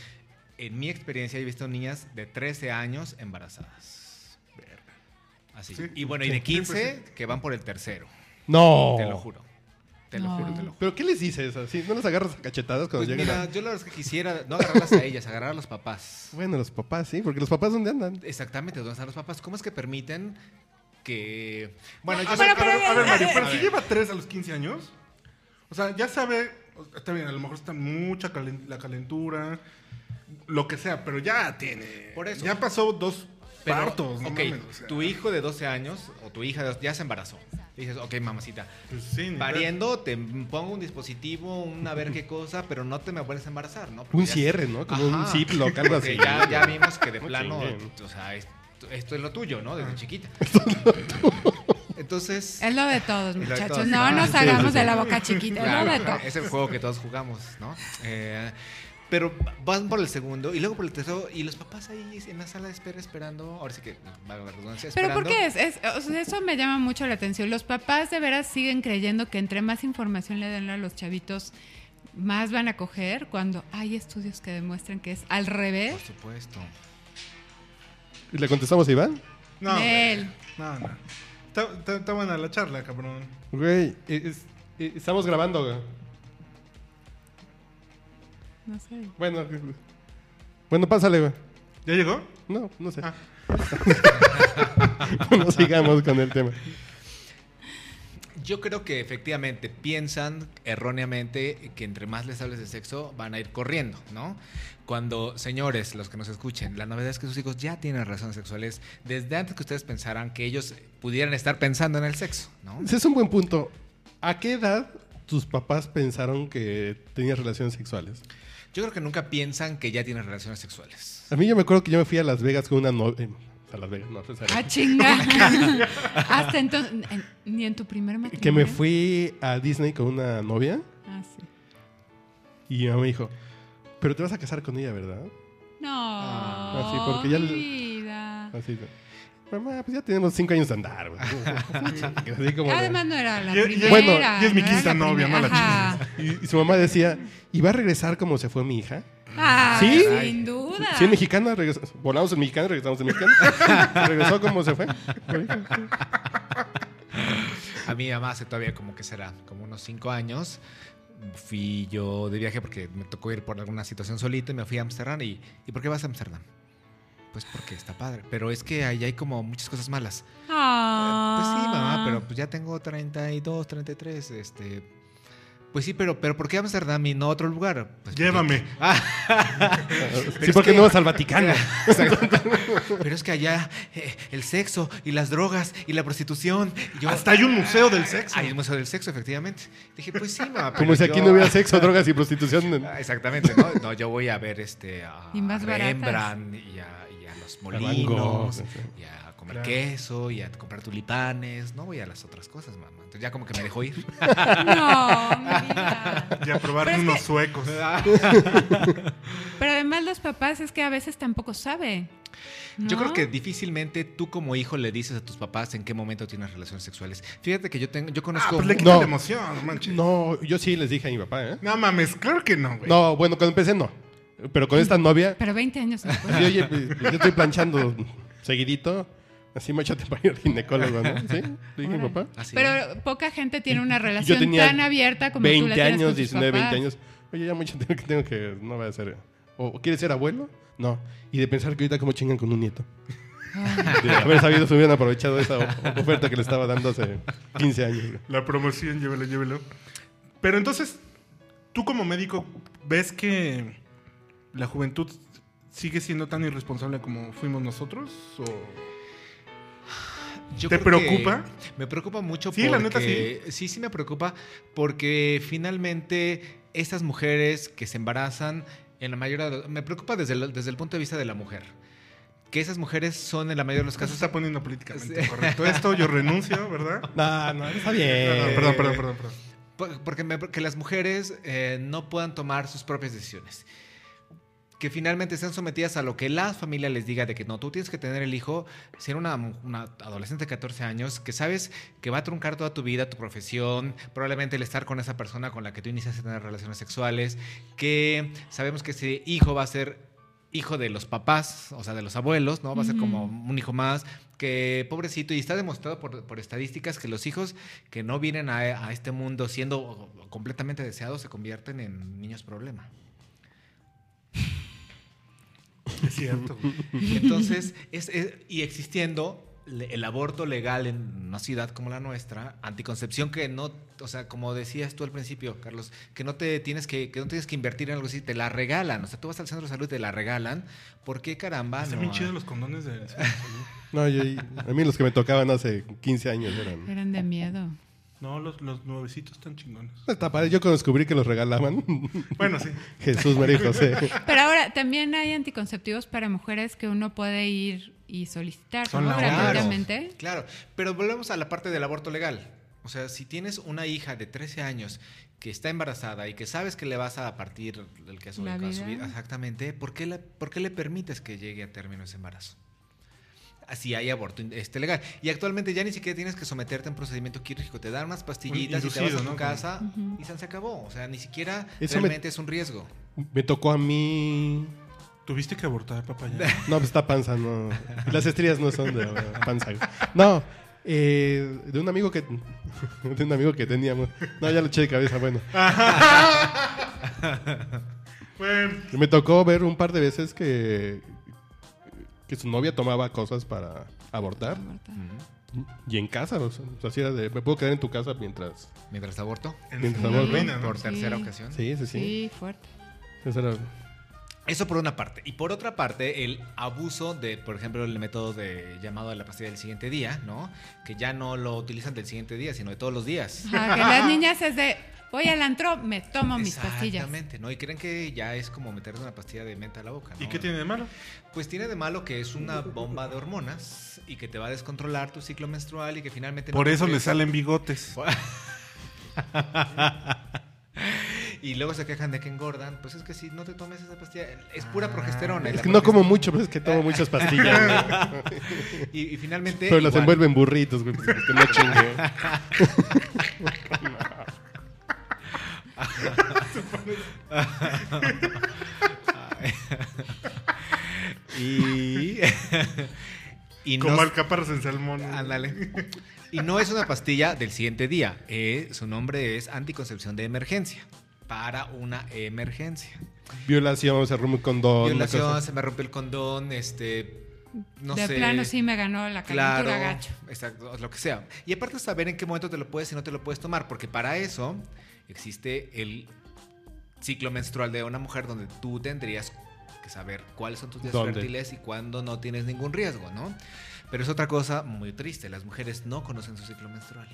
Speaker 4: En mi experiencia he visto niñas de 13 años embarazadas. Así.
Speaker 1: Sí.
Speaker 4: Y bueno, y
Speaker 1: Sí,
Speaker 4: de
Speaker 1: sí,
Speaker 4: 15
Speaker 1: pues
Speaker 4: que van por el tercero,
Speaker 2: No.
Speaker 4: te lo juro. Te lo
Speaker 3: No.
Speaker 4: juro, te lo juro.
Speaker 2: ¿Pero qué les dices? ¿Así? ¿No les agarras a cachetadas cuando
Speaker 4: Pues
Speaker 2: llegan?
Speaker 4: mira,
Speaker 2: a-
Speaker 4: yo la verdad es que quisiera no agarrarlas a ellas, agarrar a los papás.
Speaker 2: Bueno, los papás, sí, porque los papás, ¿dónde andan?
Speaker 4: Exactamente, ¿dónde están los papás? ¿Cómo es que permiten que... Bueno, yo
Speaker 1: a,
Speaker 4: sé
Speaker 1: ver,
Speaker 4: que-
Speaker 1: a ver, a ver, Mario, pero
Speaker 4: a
Speaker 1: si
Speaker 4: ver.
Speaker 1: lleva tres a los 15 años, o sea, ya sabe, o- está bien, a lo mejor está mucha calen- la calentura, lo que sea, pero ya tiene.
Speaker 4: Por eso.
Speaker 1: Ya pasó dos
Speaker 4: Pero,
Speaker 1: partos, no
Speaker 4: ok,
Speaker 1: mames, o sea,
Speaker 4: tu hijo de 12 años o tu hija de 12 ya se embarazó. Dices, ok, mamacita,
Speaker 1: pues sí, ni
Speaker 4: pariendo te pongo un dispositivo, una ver qué cosa, pero no te me vuelves a embarazar, ¿no? Porque
Speaker 2: Un
Speaker 4: Pues ya-
Speaker 2: cierre, ¿no? Como un
Speaker 4: Ajá.
Speaker 2: ziploc, algo
Speaker 4: Porque
Speaker 2: así.
Speaker 4: ya, ya vimos que de
Speaker 2: No
Speaker 4: plano,
Speaker 2: chinguen.
Speaker 4: o sea, esto, esto es lo tuyo, ¿no? Desde chiquita. Entonces,
Speaker 3: Es lo de todos, muchachos.
Speaker 4: todos.
Speaker 3: No nos
Speaker 2: Sí,
Speaker 3: hagamos
Speaker 2: sí, sí.
Speaker 3: de la boca chiquita.
Speaker 4: claro,
Speaker 3: Es lo de todos.
Speaker 4: es el juego que todos jugamos, ¿no? Eh, pero van por el segundo y luego por el tercero y los papás ahí en la sala de espera esperando, ahora sí que, valga la redundancia,
Speaker 3: Pero
Speaker 4: esperando.
Speaker 3: ¿por qué es? es- o sea, eso me llama mucho la atención. Los papás de veras siguen creyendo que entre más información le den a los chavitos, más van a coger cuando hay estudios que demuestran que es al revés.
Speaker 4: Por supuesto.
Speaker 2: ¿Y ¿Le contestamos a Iván?
Speaker 1: No, güey,
Speaker 3: Nel.
Speaker 1: no, no. Está, está- está buena la charla, cabrón.
Speaker 2: Güey, es- es- eh, estamos grabando, güey.
Speaker 3: No sé.
Speaker 2: Bueno, bueno, pásale, güey.
Speaker 1: ¿Ya llegó?
Speaker 2: No, no sé.
Speaker 1: Ah.
Speaker 2: no sigamos con el tema.
Speaker 4: Yo creo que efectivamente piensan erróneamente que entre más les hables de sexo van a ir corriendo, ¿no? Cuando, señores, los que nos escuchen, la novedad es que sus hijos ya tienen relaciones sexuales desde antes que ustedes pensaran que ellos pudieran estar pensando en el sexo, ¿no?
Speaker 2: Ese es un buen punto. ¿A qué edad tus papás pensaron que tenías relaciones sexuales?
Speaker 4: Yo creo que nunca piensan que ya tienen relaciones sexuales.
Speaker 2: A mí yo me acuerdo que yo me fui a Las Vegas con una novia. Em, a Las Vegas, no, pues, a-
Speaker 3: Ah, chinga. Hasta entonces, en- ni en tu primer matrimonio.
Speaker 2: Que me fui a Disney con una novia
Speaker 3: Ah, sí.
Speaker 2: y mi mamá me dijo, pero te vas a casar con ella, ¿verdad?
Speaker 3: No.
Speaker 2: Ah, sí, porque ya
Speaker 3: mi
Speaker 2: le-
Speaker 3: vida.
Speaker 2: Así. Mamá, pues ya tenemos cinco años de andar. güey". Así como de-
Speaker 3: Además no era la
Speaker 1: Y- y-
Speaker 3: primera.
Speaker 2: Bueno,
Speaker 1: y es mi
Speaker 3: no era
Speaker 1: quinta
Speaker 3: la
Speaker 1: novia,
Speaker 3: primera.
Speaker 1: no la
Speaker 3: Ajá.
Speaker 2: y, y su mamá decía, ¿y va a regresar como se fue mi hija?
Speaker 3: Ah,
Speaker 2: ¿Sí?
Speaker 3: sin duda.
Speaker 2: Sí, en mexicana, regresó- volamos en mexicana, regresamos en mexicana. regresó como se fue.
Speaker 4: A mí, mamá, hace todavía como que será, como unos cinco años, fui yo de viaje porque me tocó ir por alguna situación solito y me fui a Amsterdam. ¿Y, ¿y por qué vas a Amsterdam? Pues porque está padre. Pero es que ahí hay como muchas cosas malas.
Speaker 3: Ah.
Speaker 4: Pues sí, mamá, pero pues ya tengo 32, 33, este... Pues sí, pero, pero ¿por qué Amsterdam y no otro lugar? Pues porque-
Speaker 1: Llévame.
Speaker 2: sí, porque no vas al Vaticano.
Speaker 4: Pero es que allá eh, el sexo y las drogas y la prostitución... y yo-
Speaker 1: Hasta hay un museo del sexo.
Speaker 4: Hay un museo del sexo, efectivamente. Dije, pues sí, mamá.
Speaker 2: Como
Speaker 4: pero
Speaker 2: si aquí
Speaker 4: yo-
Speaker 2: no hubiera sexo, drogas y prostitución.
Speaker 4: Ah, Exactamente, ¿no? No, yo voy a ver este a
Speaker 3: Y más baratas.
Speaker 4: Rembrandt y a, y a los
Speaker 2: Van Gogh,
Speaker 4: molinos,
Speaker 2: sí.
Speaker 4: y a comer
Speaker 1: Claro.
Speaker 4: queso, y a comprar tulipanes. No voy a las otras cosas, mamá. Entonces ya como que me dejó ir.
Speaker 3: No, mi vida.
Speaker 1: Y a probar
Speaker 3: Pero es
Speaker 1: unos suecos. Ah,
Speaker 3: Pero además los papás es que a veces tampoco saben.
Speaker 4: Yo creo
Speaker 3: ¿no?
Speaker 4: que difícilmente tú como hijo le dices a tus papás en qué momento tienes relaciones sexuales. Fíjate que yo tengo, yo
Speaker 1: Ah,
Speaker 4: conozco.
Speaker 1: pues le
Speaker 4: mu-
Speaker 2: quita-
Speaker 1: quitan
Speaker 2: No.
Speaker 1: la emoción, no manches. No.
Speaker 2: No, yo sí les dije a mi papá, ¿eh?
Speaker 1: mames, claro que no, güey.
Speaker 2: No, bueno, cuando empecé no. Pero con esta novia,
Speaker 3: Pero 20 años después.
Speaker 2: sí, oye, pues, yo estoy planchando seguidito. Así machate para ir al ginecólogo, ¿no? Sí, le dije a mi papá.
Speaker 4: Ah, sí.
Speaker 3: Pero poca gente tiene una
Speaker 2: Yo
Speaker 3: relación
Speaker 2: tenía
Speaker 3: tan abierta como tú la
Speaker 2: 20
Speaker 3: tienes
Speaker 2: años,
Speaker 3: con tus
Speaker 2: 19, 20
Speaker 3: papás.
Speaker 2: años. Oye, ya mucho tengo que, tengo que no voy a ser. ¿O quieres ser abuelo? No. Y de pensar que ahorita cómo chingan con un nieto. De
Speaker 3: Ah.
Speaker 2: haber sabido, se hubieran aprovechado esa o- oferta que le estaba dando hace 15 años. güey.
Speaker 1: La promoción, llévelo, llévelo. Pero entonces, tú como médico, ¿ves que la juventud sigue siendo tan irresponsable como fuimos nosotros? ¿O
Speaker 4: Yo
Speaker 1: ¿Te
Speaker 4: creo que
Speaker 1: preocupa?
Speaker 4: Me preocupa mucho
Speaker 1: Sí, la neta,
Speaker 4: porque- Sí, sí me preocupa porque finalmente estas mujeres que se embarazan, en la mayoría de los- me preocupa desde el, desde el punto de vista de la mujer. Que esas mujeres son en la mayoría de los
Speaker 1: se
Speaker 4: casos
Speaker 1: está poniendo políticamente
Speaker 4: Sí.
Speaker 1: correcto? Esto yo renuncio, ¿verdad?
Speaker 2: No, no, está
Speaker 1: No, no,
Speaker 2: bien.
Speaker 1: perdón, perdón, perdón, perdón.
Speaker 4: Por- Porque me- que las mujeres eh, no puedan tomar sus propias decisiones. Que finalmente estén sometidas a lo que la familia les diga de que no, tú tienes que tener el hijo, ser una, mu- una adolescente de 14 años, que sabes que va a truncar toda tu vida, tu profesión, probablemente el estar con esa persona con la que tú iniciaste a tener relaciones sexuales, que sabemos que ese hijo va a ser hijo de los papás, o sea, de los abuelos, ¿no? Va a ser como un hijo más, que pobrecito, y está demostrado por, por estadísticas que los hijos que no vienen a, a este mundo siendo completamente deseados se convierten en niños problema.
Speaker 1: Es cierto. güey.
Speaker 4: Entonces, es, es- y existiendo le- el aborto legal en una ciudad como la nuestra, anticoncepción que no, o sea, como decías tú al principio, Carlos, que no te tienes que, que no tienes que invertir en algo así, te la regalan, o sea, tú vas al centro de salud y te la regalan, ¿por qué caramba?
Speaker 1: Están
Speaker 4: no
Speaker 1: bien
Speaker 4: hay?
Speaker 1: chidos los condones del...
Speaker 2: No, yo, a mí los que me tocaban hace 15 años eran.
Speaker 3: Eran de miedo.
Speaker 1: No, los, los nuevecitos están chingones.
Speaker 2: pues, Está padre. Yo cuando descubrí que los regalaban,
Speaker 1: Bueno, sí.
Speaker 2: Jesús, María y José.
Speaker 3: Pero ahora también hay anticonceptivos para mujeres que uno puede ir y solicitar
Speaker 1: Son
Speaker 3: ¿no?
Speaker 1: la-
Speaker 3: gratuitamente.
Speaker 4: Claro, pero volvemos a la parte del aborto legal. O sea, si tienes una hija de 13 años que está embarazada y que sabes que le vas a partir el que a su
Speaker 3: La
Speaker 4: a su
Speaker 3: vida.
Speaker 4: vida, exactamente, ¿por qué, le, por qué le permites que llegue a término ese embarazo? Así hay aborto in- este legal. Y actualmente ya ni siquiera tienes que someterte a un procedimiento quirúrgico. Te dan unas pastillitas y te vas
Speaker 1: inducido,
Speaker 4: a tu
Speaker 1: ¿no?
Speaker 4: casa
Speaker 3: Ujú.
Speaker 4: y se se acabó. O sea, ni siquiera
Speaker 2: Eso me-
Speaker 4: realmente es un riesgo.
Speaker 2: Me tocó a mí.
Speaker 1: Tuviste que abortar, papá. Ya.
Speaker 2: No, pues está panza, no. Las estrías no son de la panza. güey. No, eh, de un amigo que. De un amigo que teníamos. No, ya lo eché de cabeza, bueno.
Speaker 1: Bueno,
Speaker 2: Me tocó ver un par de veces que. Que su novia tomaba cosas para abortar.
Speaker 3: Abortar.
Speaker 2: Y en casa, o sea, o sea, sí era de. Me puedo quedar en tu casa mientras.
Speaker 4: Mientras aborto,
Speaker 1: en
Speaker 2: Mientras
Speaker 1: su
Speaker 2: aborto.
Speaker 1: ruina, ¿no?
Speaker 4: por tercera
Speaker 3: Sí.
Speaker 4: ocasión.
Speaker 2: Sí, sí, sí.
Speaker 3: Sí, fuerte.
Speaker 2: Eso era-
Speaker 4: Eso por una parte. Y por otra parte, el abuso de, por ejemplo, el método de llamado a la pastilla del siguiente día, ¿no? Que ya no lo utilizan del siguiente día, sino de todos los días.
Speaker 3: Ajá, que las niñas es de, voy al antro, me tomo mis pastillas.
Speaker 4: Exactamente, ¿no? Y creen que ya es como meterse una pastilla de menta a la boca, ¿no?
Speaker 1: ¿Y qué tiene de malo?
Speaker 4: Pues tiene de malo que es una bomba de hormonas y que te va a descontrolar tu ciclo menstrual y que finalmente... no
Speaker 1: Por
Speaker 4: te
Speaker 1: eso le
Speaker 4: puedes-
Speaker 1: salen bigotes.
Speaker 4: Y luego se quejan de que engordan. Pues es que si no te tomes esa pastilla, es pura
Speaker 1: Ah,
Speaker 4: progesterona. y
Speaker 2: Es
Speaker 4: la
Speaker 2: que no como
Speaker 4: progest-
Speaker 2: mucho, pero es que tomo muchas pastillas. güey.
Speaker 4: Y, y finalmente...
Speaker 2: Pero las
Speaker 4: igual.
Speaker 2: envuelven burritos, güey. pues, Que no chingue.
Speaker 4: Y... y
Speaker 1: Como
Speaker 4: no-
Speaker 1: alcaparras en salmón.
Speaker 4: Ándale. Y no es una pastilla del siguiente día. eh, su nombre es anticoncepción de emergencia. Para una emergencia.
Speaker 2: Violación, se rompe un condón. una cosa
Speaker 4: Violación, se me rompió el condón, este. No
Speaker 3: de
Speaker 4: sé.
Speaker 3: plano sí me ganó la calentura
Speaker 4: Claro,
Speaker 3: gacho.
Speaker 4: exacto, lo que sea. Y aparte saber en qué momento te lo puedes y no te lo puedes tomar, porque para eso existe el ciclo menstrual de una mujer donde tú tendrías que saber cuáles son tus días
Speaker 2: ¿Dónde?
Speaker 4: fértiles y cuándo no tienes ningún riesgo, ¿no? Pero es otra cosa muy triste, las mujeres no conocen su ciclo menstrual.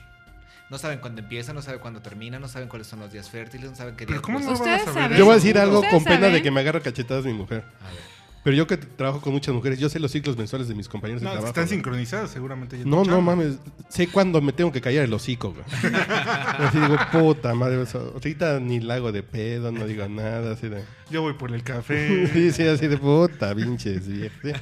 Speaker 4: No saben cuándo empieza, no saben cuándo termina, no saben cuáles son los días fértiles, no saben qué
Speaker 1: Pero
Speaker 4: días
Speaker 1: ¿cómo no
Speaker 4: puedes-
Speaker 1: van a
Speaker 3: Ustedes
Speaker 1: saber?
Speaker 3: saben.
Speaker 2: Yo voy a decir
Speaker 3: Ustedes
Speaker 2: algo con pena
Speaker 3: saben. ¿eh?
Speaker 2: de que me agarra cachetadas mi mujer.
Speaker 4: A ver.
Speaker 2: Pero yo que t- trabajo con muchas mujeres, yo sé los ciclos mensuales de mis compañeros
Speaker 1: No, es
Speaker 2: de
Speaker 1: que
Speaker 2: trabajo.
Speaker 1: están
Speaker 2: güey.
Speaker 1: sincronizados seguramente. ya en
Speaker 2: No,
Speaker 1: tu
Speaker 2: no
Speaker 1: chamba.
Speaker 2: mames, sé cuándo me tengo que callar el hocico, güey. Así digo, puta madre, o sea, ahorita ni la hago de pedo, no digo nada, así de...
Speaker 1: Yo voy por el café.
Speaker 2: Sí, sí, así de puta, pinches viejo. Sí.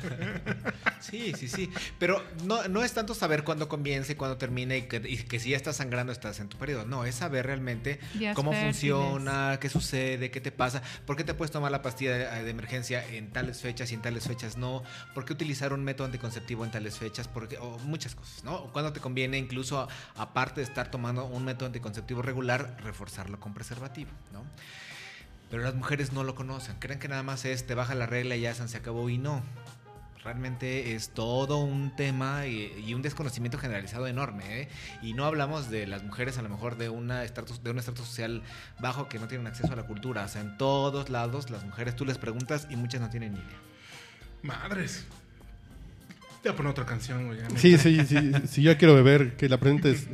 Speaker 4: Sí, sí, sí. Pero no, no es tanto saber cuándo comienza y cuándo termina y que, y que si ya estás sangrando estás en tu periodo. No, es saber realmente
Speaker 3: Días
Speaker 4: cómo
Speaker 3: fértiles.
Speaker 4: funciona, qué sucede, qué te pasa, por qué te puedes tomar la pastilla de, de emergencia en tales fechas y en tales fechas no, por qué utilizar un método anticonceptivo en tales fechas, por qué- o muchas cosas, ¿no? O Cuándo te conviene incluso, a- aparte de estar tomando un método anticonceptivo regular, reforzarlo con preservativo, ¿no? Pero las mujeres no lo conocen, creen que nada más es te baja la regla y ya se acabó y no. Realmente es todo un tema y, y un desconocimiento generalizado enorme. ¿eh? Y no hablamos de las mujeres a lo mejor de, una estatus, de un estatus social bajo que no tienen acceso a la cultura. O sea, en todos lados las mujeres tú les preguntas y muchas no tienen ni idea.
Speaker 1: Madres. Te voy a poner otra canción, güey. ya me-
Speaker 2: Sí, sí, sí. Si yo quiero beber, que la presentes.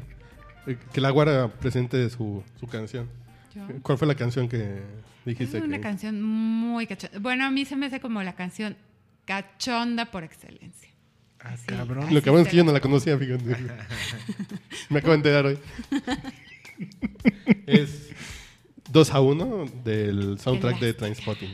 Speaker 2: eh, Que la guara presente su, su canción.
Speaker 3: Yo-
Speaker 2: ¿Cuál fue la canción que
Speaker 3: Es
Speaker 2: dijiste?
Speaker 3: Ah, una
Speaker 2: que-
Speaker 3: canción muy cachonda. Bueno, a mí se me hace como la canción cachonda por excelencia.
Speaker 1: Ah,
Speaker 3: Sí.
Speaker 1: cabrón.
Speaker 2: Lo que bueno es que yo no la conocía, fíjate. Me acabo de enterar hoy. es 2 a 1 del soundtrack de Trainspotting.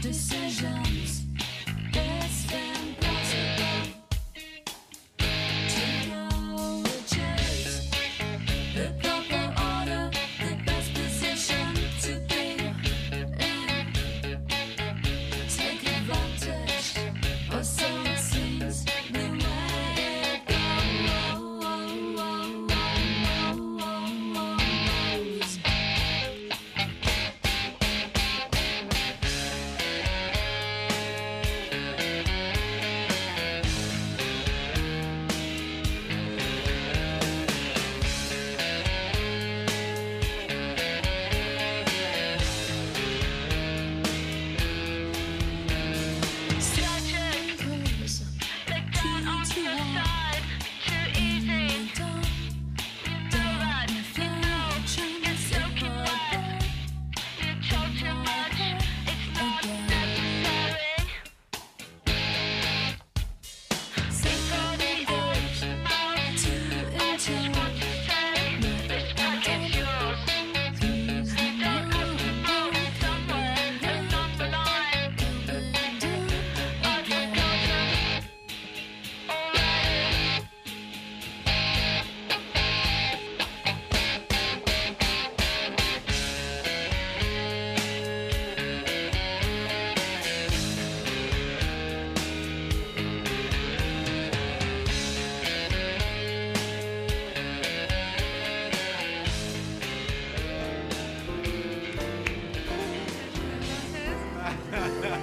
Speaker 5: Decisions less than possible to know which is the proper order, the best position to be in. Take advantage, or so it seems. The way it goes.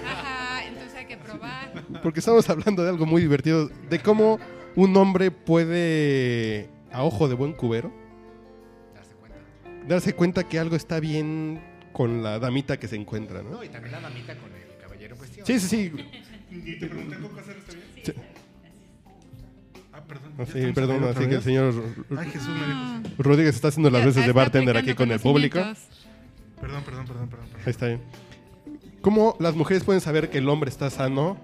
Speaker 3: Ajá, entonces hay que probar.
Speaker 2: Porque estamos hablando de algo muy divertido, de cómo un hombre puede, a ojo de buen cubero,
Speaker 4: Darse cuenta.
Speaker 2: darse cuenta que algo está bien con la damita que se encuentra, ¿no?
Speaker 4: No, y también la damita con el caballero pues en cuestión.
Speaker 2: Sí, sí, sí.
Speaker 1: Y te pregunté cómo hacer esta bien.
Speaker 2: Sí.
Speaker 1: Ah, perdón.
Speaker 2: Ah,
Speaker 1: ¿ya
Speaker 2: sí,
Speaker 1: estamos
Speaker 2: perdón,
Speaker 1: saliendo
Speaker 2: así
Speaker 1: otra vez?
Speaker 2: que el señor
Speaker 1: Ay, Jesús me dijo.
Speaker 3: Ah.
Speaker 1: sí.
Speaker 2: Rodríguez está haciendo las veces de
Speaker 3: Está
Speaker 2: bartender aquí con el
Speaker 3: aplicando
Speaker 2: público. Ahí
Speaker 3: conocimientos.
Speaker 1: Perdón, perdón, perdón, perdón. perdón.
Speaker 2: está bien. ¿Cómo las mujeres pueden saber que el hombre está sano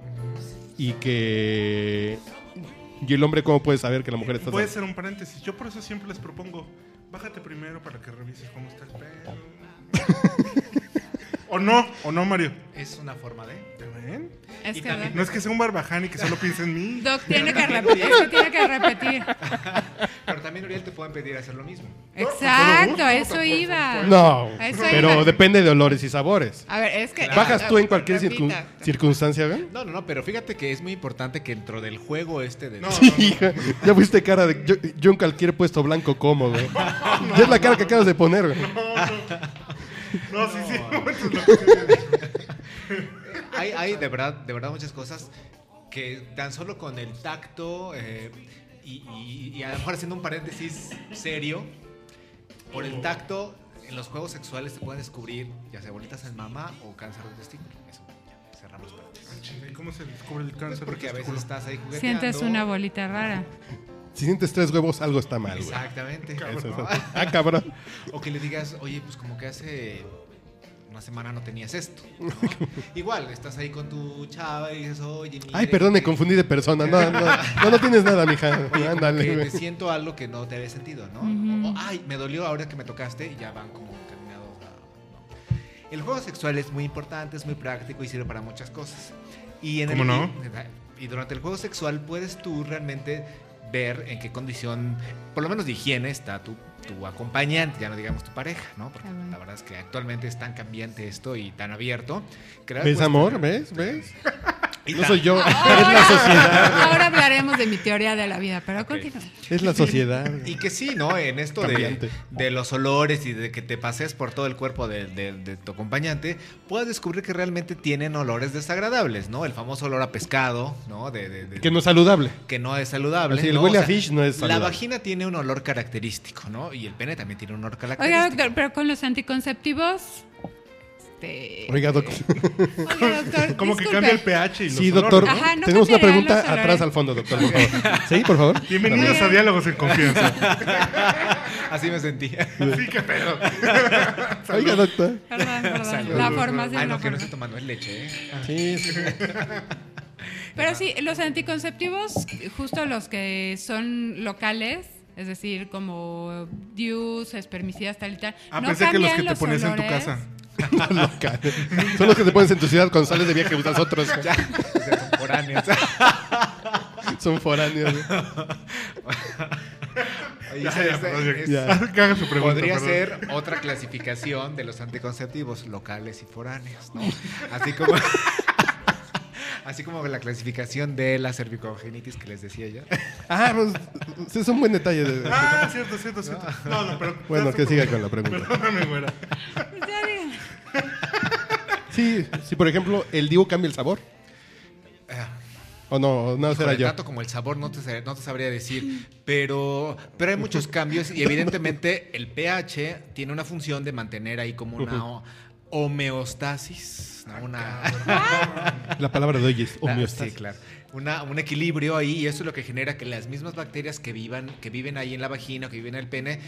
Speaker 2: y que... Y el hombre cómo puede saber que la mujer está
Speaker 1: Puede
Speaker 2: sana?
Speaker 1: ser un paréntesis. Yo por eso siempre les propongo, bájate primero para que revises cómo está el pelo. o no, o no, Mario.
Speaker 4: Es una forma de...
Speaker 1: ¿Te ven?
Speaker 3: Es
Speaker 4: Y
Speaker 3: que,
Speaker 4: también-
Speaker 1: No es que sea un barbaján y que solo piense en mí.
Speaker 3: Doc tiene que repetir, eso tiene que repetir.
Speaker 4: Pero también, Uriel, te pueden pedir hacer lo mismo.
Speaker 3: Exacto, a eso iba.
Speaker 2: No,
Speaker 3: A eso
Speaker 2: pero
Speaker 3: iba.
Speaker 2: depende de olores y sabores.
Speaker 3: A ver, es que... ah,
Speaker 2: Bajas tú en cualquier circun-
Speaker 3: Repita.
Speaker 2: circunstancia, ¿verdad?
Speaker 4: No, no, no, pero fíjate que es muy importante que dentro del juego este de...
Speaker 1: No,
Speaker 2: Hija, ya pusiste cara de yo, yo en cualquier puesto blanco como, güey. ya es la cara que acabas de poner, güey.
Speaker 1: no, no, no. No, sí, sí.
Speaker 4: Hay, hay de verdad, de verdad muchas cosas que tan solo con el tacto eh, y, y- y a lo mejor haciendo un paréntesis serio, por el tacto en los juegos sexuales se pueden descubrir ya sea bolitas en mama o cáncer de testículo. Eso, ya, cerramos paréntesis.
Speaker 1: ¿Y ¿Cómo se descubre el
Speaker 4: Pues
Speaker 1: cáncer?
Speaker 4: porque
Speaker 1: de
Speaker 4: a veces
Speaker 1: testículo?
Speaker 4: estás ahí jugueteando.
Speaker 3: Sientes una bolita rara.
Speaker 2: Si sientes tres huevos, algo está mal, güey.
Speaker 4: Exactamente.
Speaker 2: Eso es-
Speaker 4: ¿no?
Speaker 2: ah, cabrón.
Speaker 4: O que le digas, oye, pues como que hace una semana no tenías esto. ¿no? Igual, estás ahí con tu chava y dices, oye, este, mire,
Speaker 2: Ay, perdón, me
Speaker 4: que-
Speaker 2: confundí de persona. No, no, no, no tienes nada, mija.
Speaker 4: Oye, como
Speaker 2: Ándale,
Speaker 4: que
Speaker 2: güey.
Speaker 4: te siento algo que no te había sentido, ¿no?
Speaker 3: Ujú.
Speaker 4: O, o, ay, me dolió ahora que me tocaste y ya van como caminados. a- ¿no? El juego sexual es muy importante, es muy práctico y sirve para muchas cosas. Y en
Speaker 1: ¿Cómo
Speaker 4: el,
Speaker 1: no?
Speaker 4: Y durante el juego sexual puedes tú realmente ver en qué condición, por lo menos de higiene, está tu, tu acompañante, ya no digamos tu pareja, ¿no? Porque
Speaker 3: Claro.
Speaker 4: la verdad es que actualmente es tan cambiante esto y tan abierto. que pues,
Speaker 2: ¿Ves,
Speaker 4: ahora puedes
Speaker 2: amor?
Speaker 4: tener-
Speaker 2: ¿Ves? ¿Ves?
Speaker 4: Y
Speaker 2: pues, No
Speaker 4: tan-
Speaker 2: soy yo, es la sociedad.
Speaker 3: Ahora, ahora hablaremos de mi teoría de la vida, pero continúa.
Speaker 2: Es la sociedad.
Speaker 4: Y que sí, ¿no? En esto
Speaker 2: Cambiante.
Speaker 4: de, de los olores y de que te pasees por todo el cuerpo de, de- de tu acompañante, puedas descubrir que realmente tienen olores desagradables, ¿no? El famoso olor a pescado, ¿no? De, de- de-
Speaker 2: Que no es saludable.
Speaker 4: que no es saludable.
Speaker 2: Así, el
Speaker 4: ¿no?
Speaker 2: huele a fish no es
Speaker 4: La
Speaker 2: saludable.
Speaker 4: vagina tiene un olor característico, ¿no? Y el pene también tiene un olor característico.
Speaker 3: Oiga, doctor, pero con los anticonceptivos. Este,
Speaker 2: Oiga, doctor.
Speaker 3: oiga, doctor,
Speaker 1: Como que
Speaker 3: disculpe.
Speaker 1: cambia el pH y los
Speaker 2: Sí,
Speaker 1: olores,
Speaker 2: doctor.
Speaker 1: ¿no?
Speaker 3: Ajá, no
Speaker 2: Tenemos una
Speaker 3: cambiarán los
Speaker 2: pregunta
Speaker 3: olores.
Speaker 2: atrás al fondo, doctor, por favor. Sí, por favor.
Speaker 1: Bienvenidos a Diálogos en Confianza.
Speaker 4: Así me sentí.
Speaker 1: Sí, qué pedo.
Speaker 2: Oiga, doctor.
Speaker 3: Perdón, perdón,
Speaker 4: Salud.
Speaker 3: La formación.
Speaker 4: Ay,
Speaker 3: la
Speaker 4: Ah, no, que
Speaker 3: formación.
Speaker 4: no estoy tomando, es leche, ¿eh?
Speaker 2: Sí, sí.
Speaker 3: Pero sí, los anticonceptivos, justo los que son locales, es decir, como DIUs, espermicidas, tal y tal.
Speaker 1: Ah,
Speaker 3: no
Speaker 1: pensé que los
Speaker 3: cambian
Speaker 1: que te ponías en tu
Speaker 3: olores.
Speaker 1: casa.
Speaker 2: Loca. Son los que te pones en tu ciudad cuando sales de viaje usas otros.
Speaker 4: Ya, o sea, contemporáneos.
Speaker 2: Son foráneos. güey.
Speaker 4: Ay,
Speaker 1: Ya, ya,
Speaker 4: esa- esa-
Speaker 1: perdón, ya.
Speaker 4: es-
Speaker 2: Ya.
Speaker 1: Que haga su pregunta.
Speaker 4: Podría
Speaker 1: perdón.
Speaker 4: ser otra clasificación de los anticonceptivos locales y foráneos, ¿no? Así como, así como la clasificación de la cervicogenitis que les decía ya.
Speaker 2: Ah, pues, sí, es un buen detalle. de-
Speaker 1: Ah, cierto, cierto, cierto. No, no, pero.
Speaker 2: Bueno, que siga con la pregunta.
Speaker 1: Perdóname, güera.
Speaker 3: Pues Ya digan.
Speaker 2: Sí, sí, por ejemplo, el Divo cambia el sabor. Ah. O no, no será
Speaker 4: Híjole,
Speaker 2: yo.
Speaker 4: Tanto como el sabor no te, sab- no te sabría decir, pero, pero hay muchos cambios y evidentemente el pH tiene una función de mantener ahí como una o- homeostasis, ¿no?
Speaker 1: Ah,
Speaker 4: una...
Speaker 2: La palabra de hoy es
Speaker 4: La-
Speaker 2: homeostasis.
Speaker 4: Sí, claro. Una- un equilibrio ahí y eso es lo que genera que las mismas bacterias que vivan, que viven ahí en la vagina, que viven en el pene,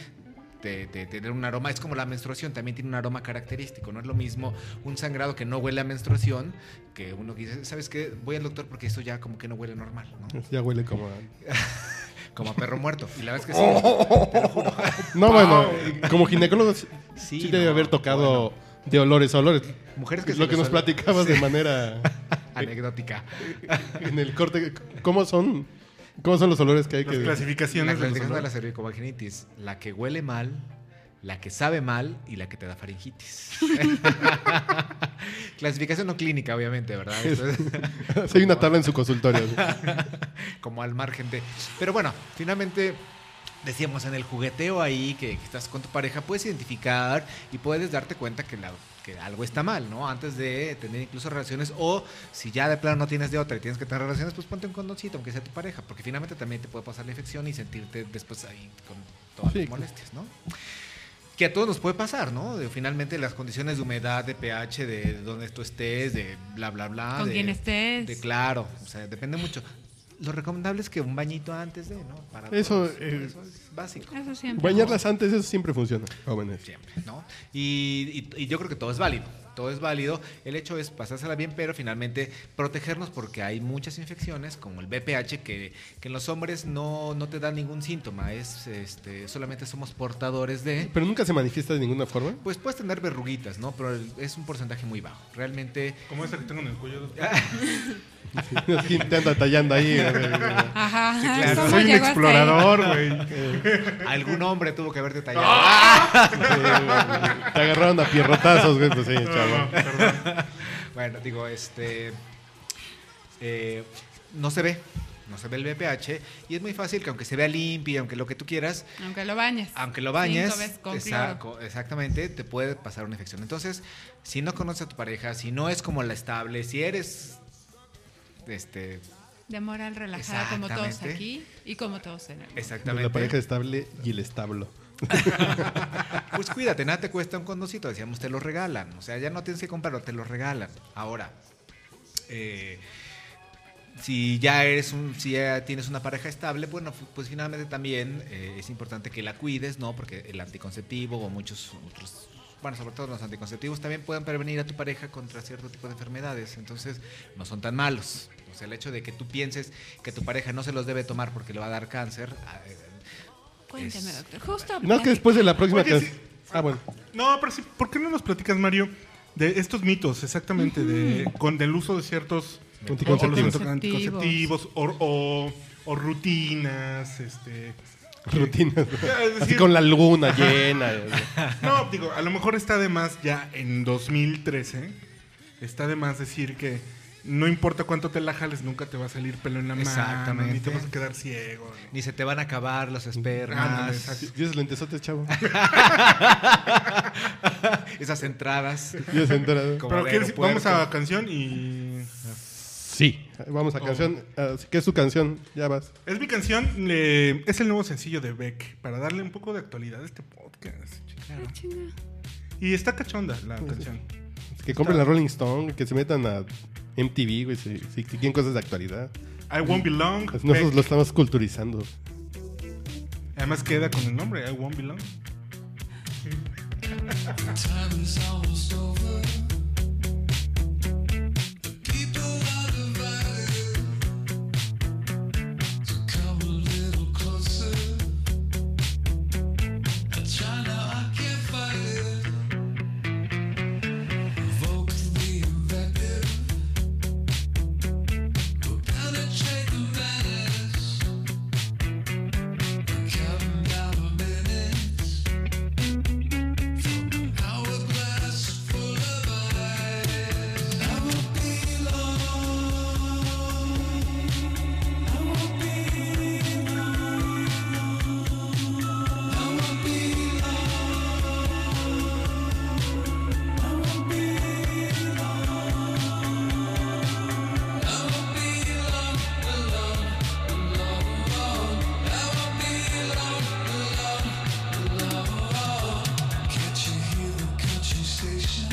Speaker 4: te, te- te den un aroma. Es como la menstruación, también tiene un aroma característico. No es lo mismo un sangrado que no huele a menstruación que uno que dice, ¿sabes qué? Voy al doctor porque esto ya como que no huele normal, ¿no?
Speaker 2: Ya huele como. a-
Speaker 4: Como a perro muerto. Y la verdad es que sí.
Speaker 2: No, bueno, como ginecólogo sí,
Speaker 4: Sí,
Speaker 2: sí debe
Speaker 4: no,
Speaker 2: haber tocado de olores a olores.
Speaker 4: Mujeres que se
Speaker 2: Lo que
Speaker 4: les
Speaker 2: nos
Speaker 4: olor-
Speaker 2: platicabas de manera
Speaker 4: Anecdótica.
Speaker 2: en el corte. ¿Cómo son? ¿Cómo son los olores que hay
Speaker 1: Las
Speaker 2: que.?
Speaker 4: La
Speaker 1: clasificaciones. de los
Speaker 4: clasificación de la
Speaker 1: olores.
Speaker 4: cervicovaginitis, la que huele mal, la que sabe mal y la que te da faringitis. clasificación no clínica, obviamente, ¿verdad? Eso es
Speaker 2: Sí, hay una tabla en su consultorio.
Speaker 4: como al margen de... Pero bueno, finalmente... Decíamos en el jugueteo ahí que, que estás con tu pareja, puedes identificar y puedes darte cuenta que, la- que algo está mal, ¿no? Antes de tener incluso relaciones o si ya de plano no tienes de otra y tienes que tener relaciones, pues ponte un condoncito, aunque sea tu pareja, porque finalmente también te puede pasar la infección y sentirte después ahí con todas
Speaker 2: Sí,
Speaker 4: las
Speaker 2: claro.
Speaker 4: molestias, ¿no? que a todos nos puede pasar, ¿no? De, finalmente las condiciones de humedad, de pH, de donde tú estés, de bla, bla, bla.
Speaker 3: Con
Speaker 4: de-
Speaker 3: quién estés.
Speaker 4: De claro, o sea, depende mucho. Lo recomendable es que un bañito antes de, ¿no? Para
Speaker 2: Eso,
Speaker 4: todos.
Speaker 2: eh,
Speaker 4: Eso es básico.
Speaker 3: Eso siempre.
Speaker 2: Bañarlas antes, eso siempre funciona, jóvenes.
Speaker 4: Siempre, ¿no? Y, y- y yo creo que todo es válido. Todo es válido. El hecho es pasársela bien, pero finalmente protegernos porque hay muchas infecciones, como el BPH, que, que en los hombres no, no te da ningún síntoma. Es, este, solamente somos portadores de...
Speaker 2: Pero nunca se manifiesta de ninguna forma.
Speaker 4: Pues puedes tener verruguitas, ¿no? Pero el- es un porcentaje muy bajo. Realmente,
Speaker 1: Como esta que tengo en el cuello.
Speaker 2: Así te anda tallando ahí. eh,
Speaker 3: Ajá,
Speaker 4: claro.
Speaker 3: ¿cómo
Speaker 1: Soy un
Speaker 3: llegó hasta ahí?
Speaker 1: explorador, güey.
Speaker 4: algún hombre tuvo que haber detallado.
Speaker 2: Sí, güey. eh, Te agarraron a pierrotazos, güey. Pues sí,
Speaker 1: No,
Speaker 2: chavo.
Speaker 1: no, perdón.
Speaker 4: Bueno, digo, este. eh, no se ve. no se ve el BPH, y es muy fácil que aunque se vea limpio, aunque lo que tú quieras,
Speaker 3: Aunque lo bañes.
Speaker 4: aunque lo bañes,
Speaker 3: Cinco veces con
Speaker 4: exa-
Speaker 3: cloro.
Speaker 4: co- exactamente, te puede pasar una infección. Entonces, si no conoces a tu pareja, si no es como la estable, si eres este
Speaker 3: De moral relajada como todos
Speaker 4: Exactamente.
Speaker 3: aquí y como todos en el mundo.
Speaker 2: De la
Speaker 4: exactamente
Speaker 2: pareja estable y el establo.
Speaker 4: Pues cuídate, nada te cuesta un condoncito, decíamos, te lo regalan. O sea, ya no tienes que comprarlo, te lo regalan. Ahora, eh, si ya eres un, si ya tienes una pareja estable, bueno, fu- pues finalmente también eh, es importante que la cuides, ¿no? Porque el anticonceptivo o muchos otros, bueno, sobre todo los anticonceptivos también pueden prevenir a tu pareja contra cierto tipo de enfermedades. Entonces, no son tan malos. O sea, el hecho de que tú pienses que tu pareja no se los debe tomar porque le va a dar cáncer, ah, eh,
Speaker 3: Cuénteme,
Speaker 4: es-
Speaker 3: doctor. Justo.
Speaker 2: No, es que después de la próxima
Speaker 1: Oye,
Speaker 2: can-
Speaker 1: sí.
Speaker 2: Ah, bueno.
Speaker 1: No, pero sí, ¿por qué no nos platicas, Mario, de estos mitos exactamente de, con del uso de ciertos
Speaker 2: Anticonceptivos.
Speaker 1: o los anticonceptivos o, o- o rutinas, este
Speaker 2: Rutinas. ¿no?
Speaker 1: Ya, es
Speaker 2: Así
Speaker 1: decir-
Speaker 2: con la luna llena.
Speaker 1: No, digo, a lo mejor está de más ya en 2013, está de más decir que no importa cuánto te la jales, nunca te va a salir pelo en la mano,
Speaker 4: Exactamente.
Speaker 1: ni te vas a quedar ciego. ni-
Speaker 4: ni se te van a acabar los
Speaker 1: Ándale,
Speaker 4: espermas.
Speaker 1: exacto.
Speaker 2: Dios lentesotes, chavo.
Speaker 4: Esas entradas.
Speaker 2: Dios enterado.
Speaker 4: Como
Speaker 1: Pero
Speaker 4: de
Speaker 1: ¿quieres- vamos
Speaker 4: aeropuerto.
Speaker 1: a canción y
Speaker 2: Sí. Oh. Vamos a canción. Así que es su canción. Ya vas.
Speaker 1: es mi canción, le- es el nuevo sencillo de Beck para darle un poco de actualidad a este podcast.
Speaker 3: Ah, chinga.
Speaker 1: Y está cachonda la canción.
Speaker 2: Que compren la Rolling Stone. Que se metan a MTV, güey. Si, si- si quieren cosas de actualidad.
Speaker 1: I won't be long.
Speaker 2: Pues
Speaker 1: Beck.
Speaker 2: Nosotros lo estamos culturizando.
Speaker 1: Además queda con el nombre, I won't be long.
Speaker 6: Time is almost over. People are divided. So come a little closer. I try now, I can't fight it. Provoke the invective. Go penetrate the madness. I'm counting down the minutes. Hourglass full of ice. I won't be long. I won't be long. I won't be long. I won't be long. I won't be long alone, alone, alone. I won't be long alone, alone, alone. Can't you hear the conversation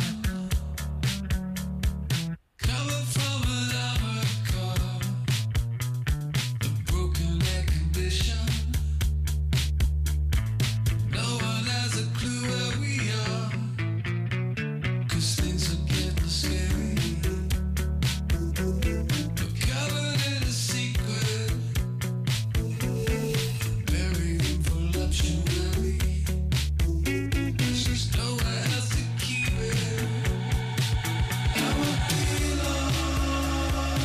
Speaker 6: coming from an hour ago? The broken air condition. No one has a clue where we are. 'Cause things are getting scary. We're covered in a secret, buried in voluptuary. She's nowhere else to keep it. I won't be long.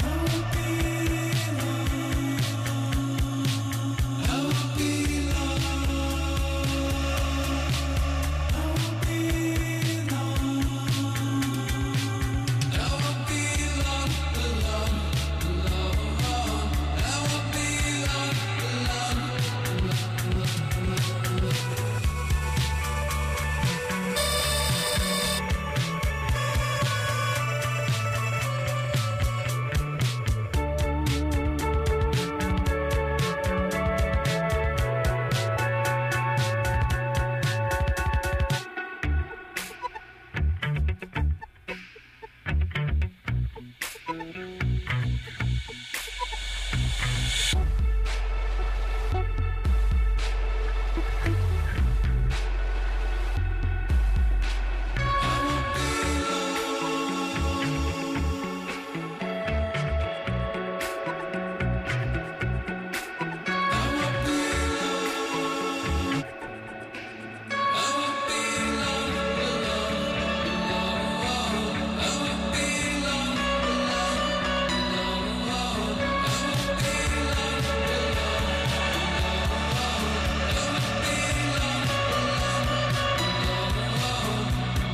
Speaker 6: I won't be long. I won't be long. I won't be long. I won't be long alone, alone. I won't be long alone.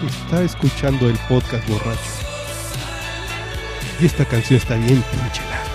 Speaker 2: Está escuchando el podcast borracho. Y esta canción está bien pinche larga.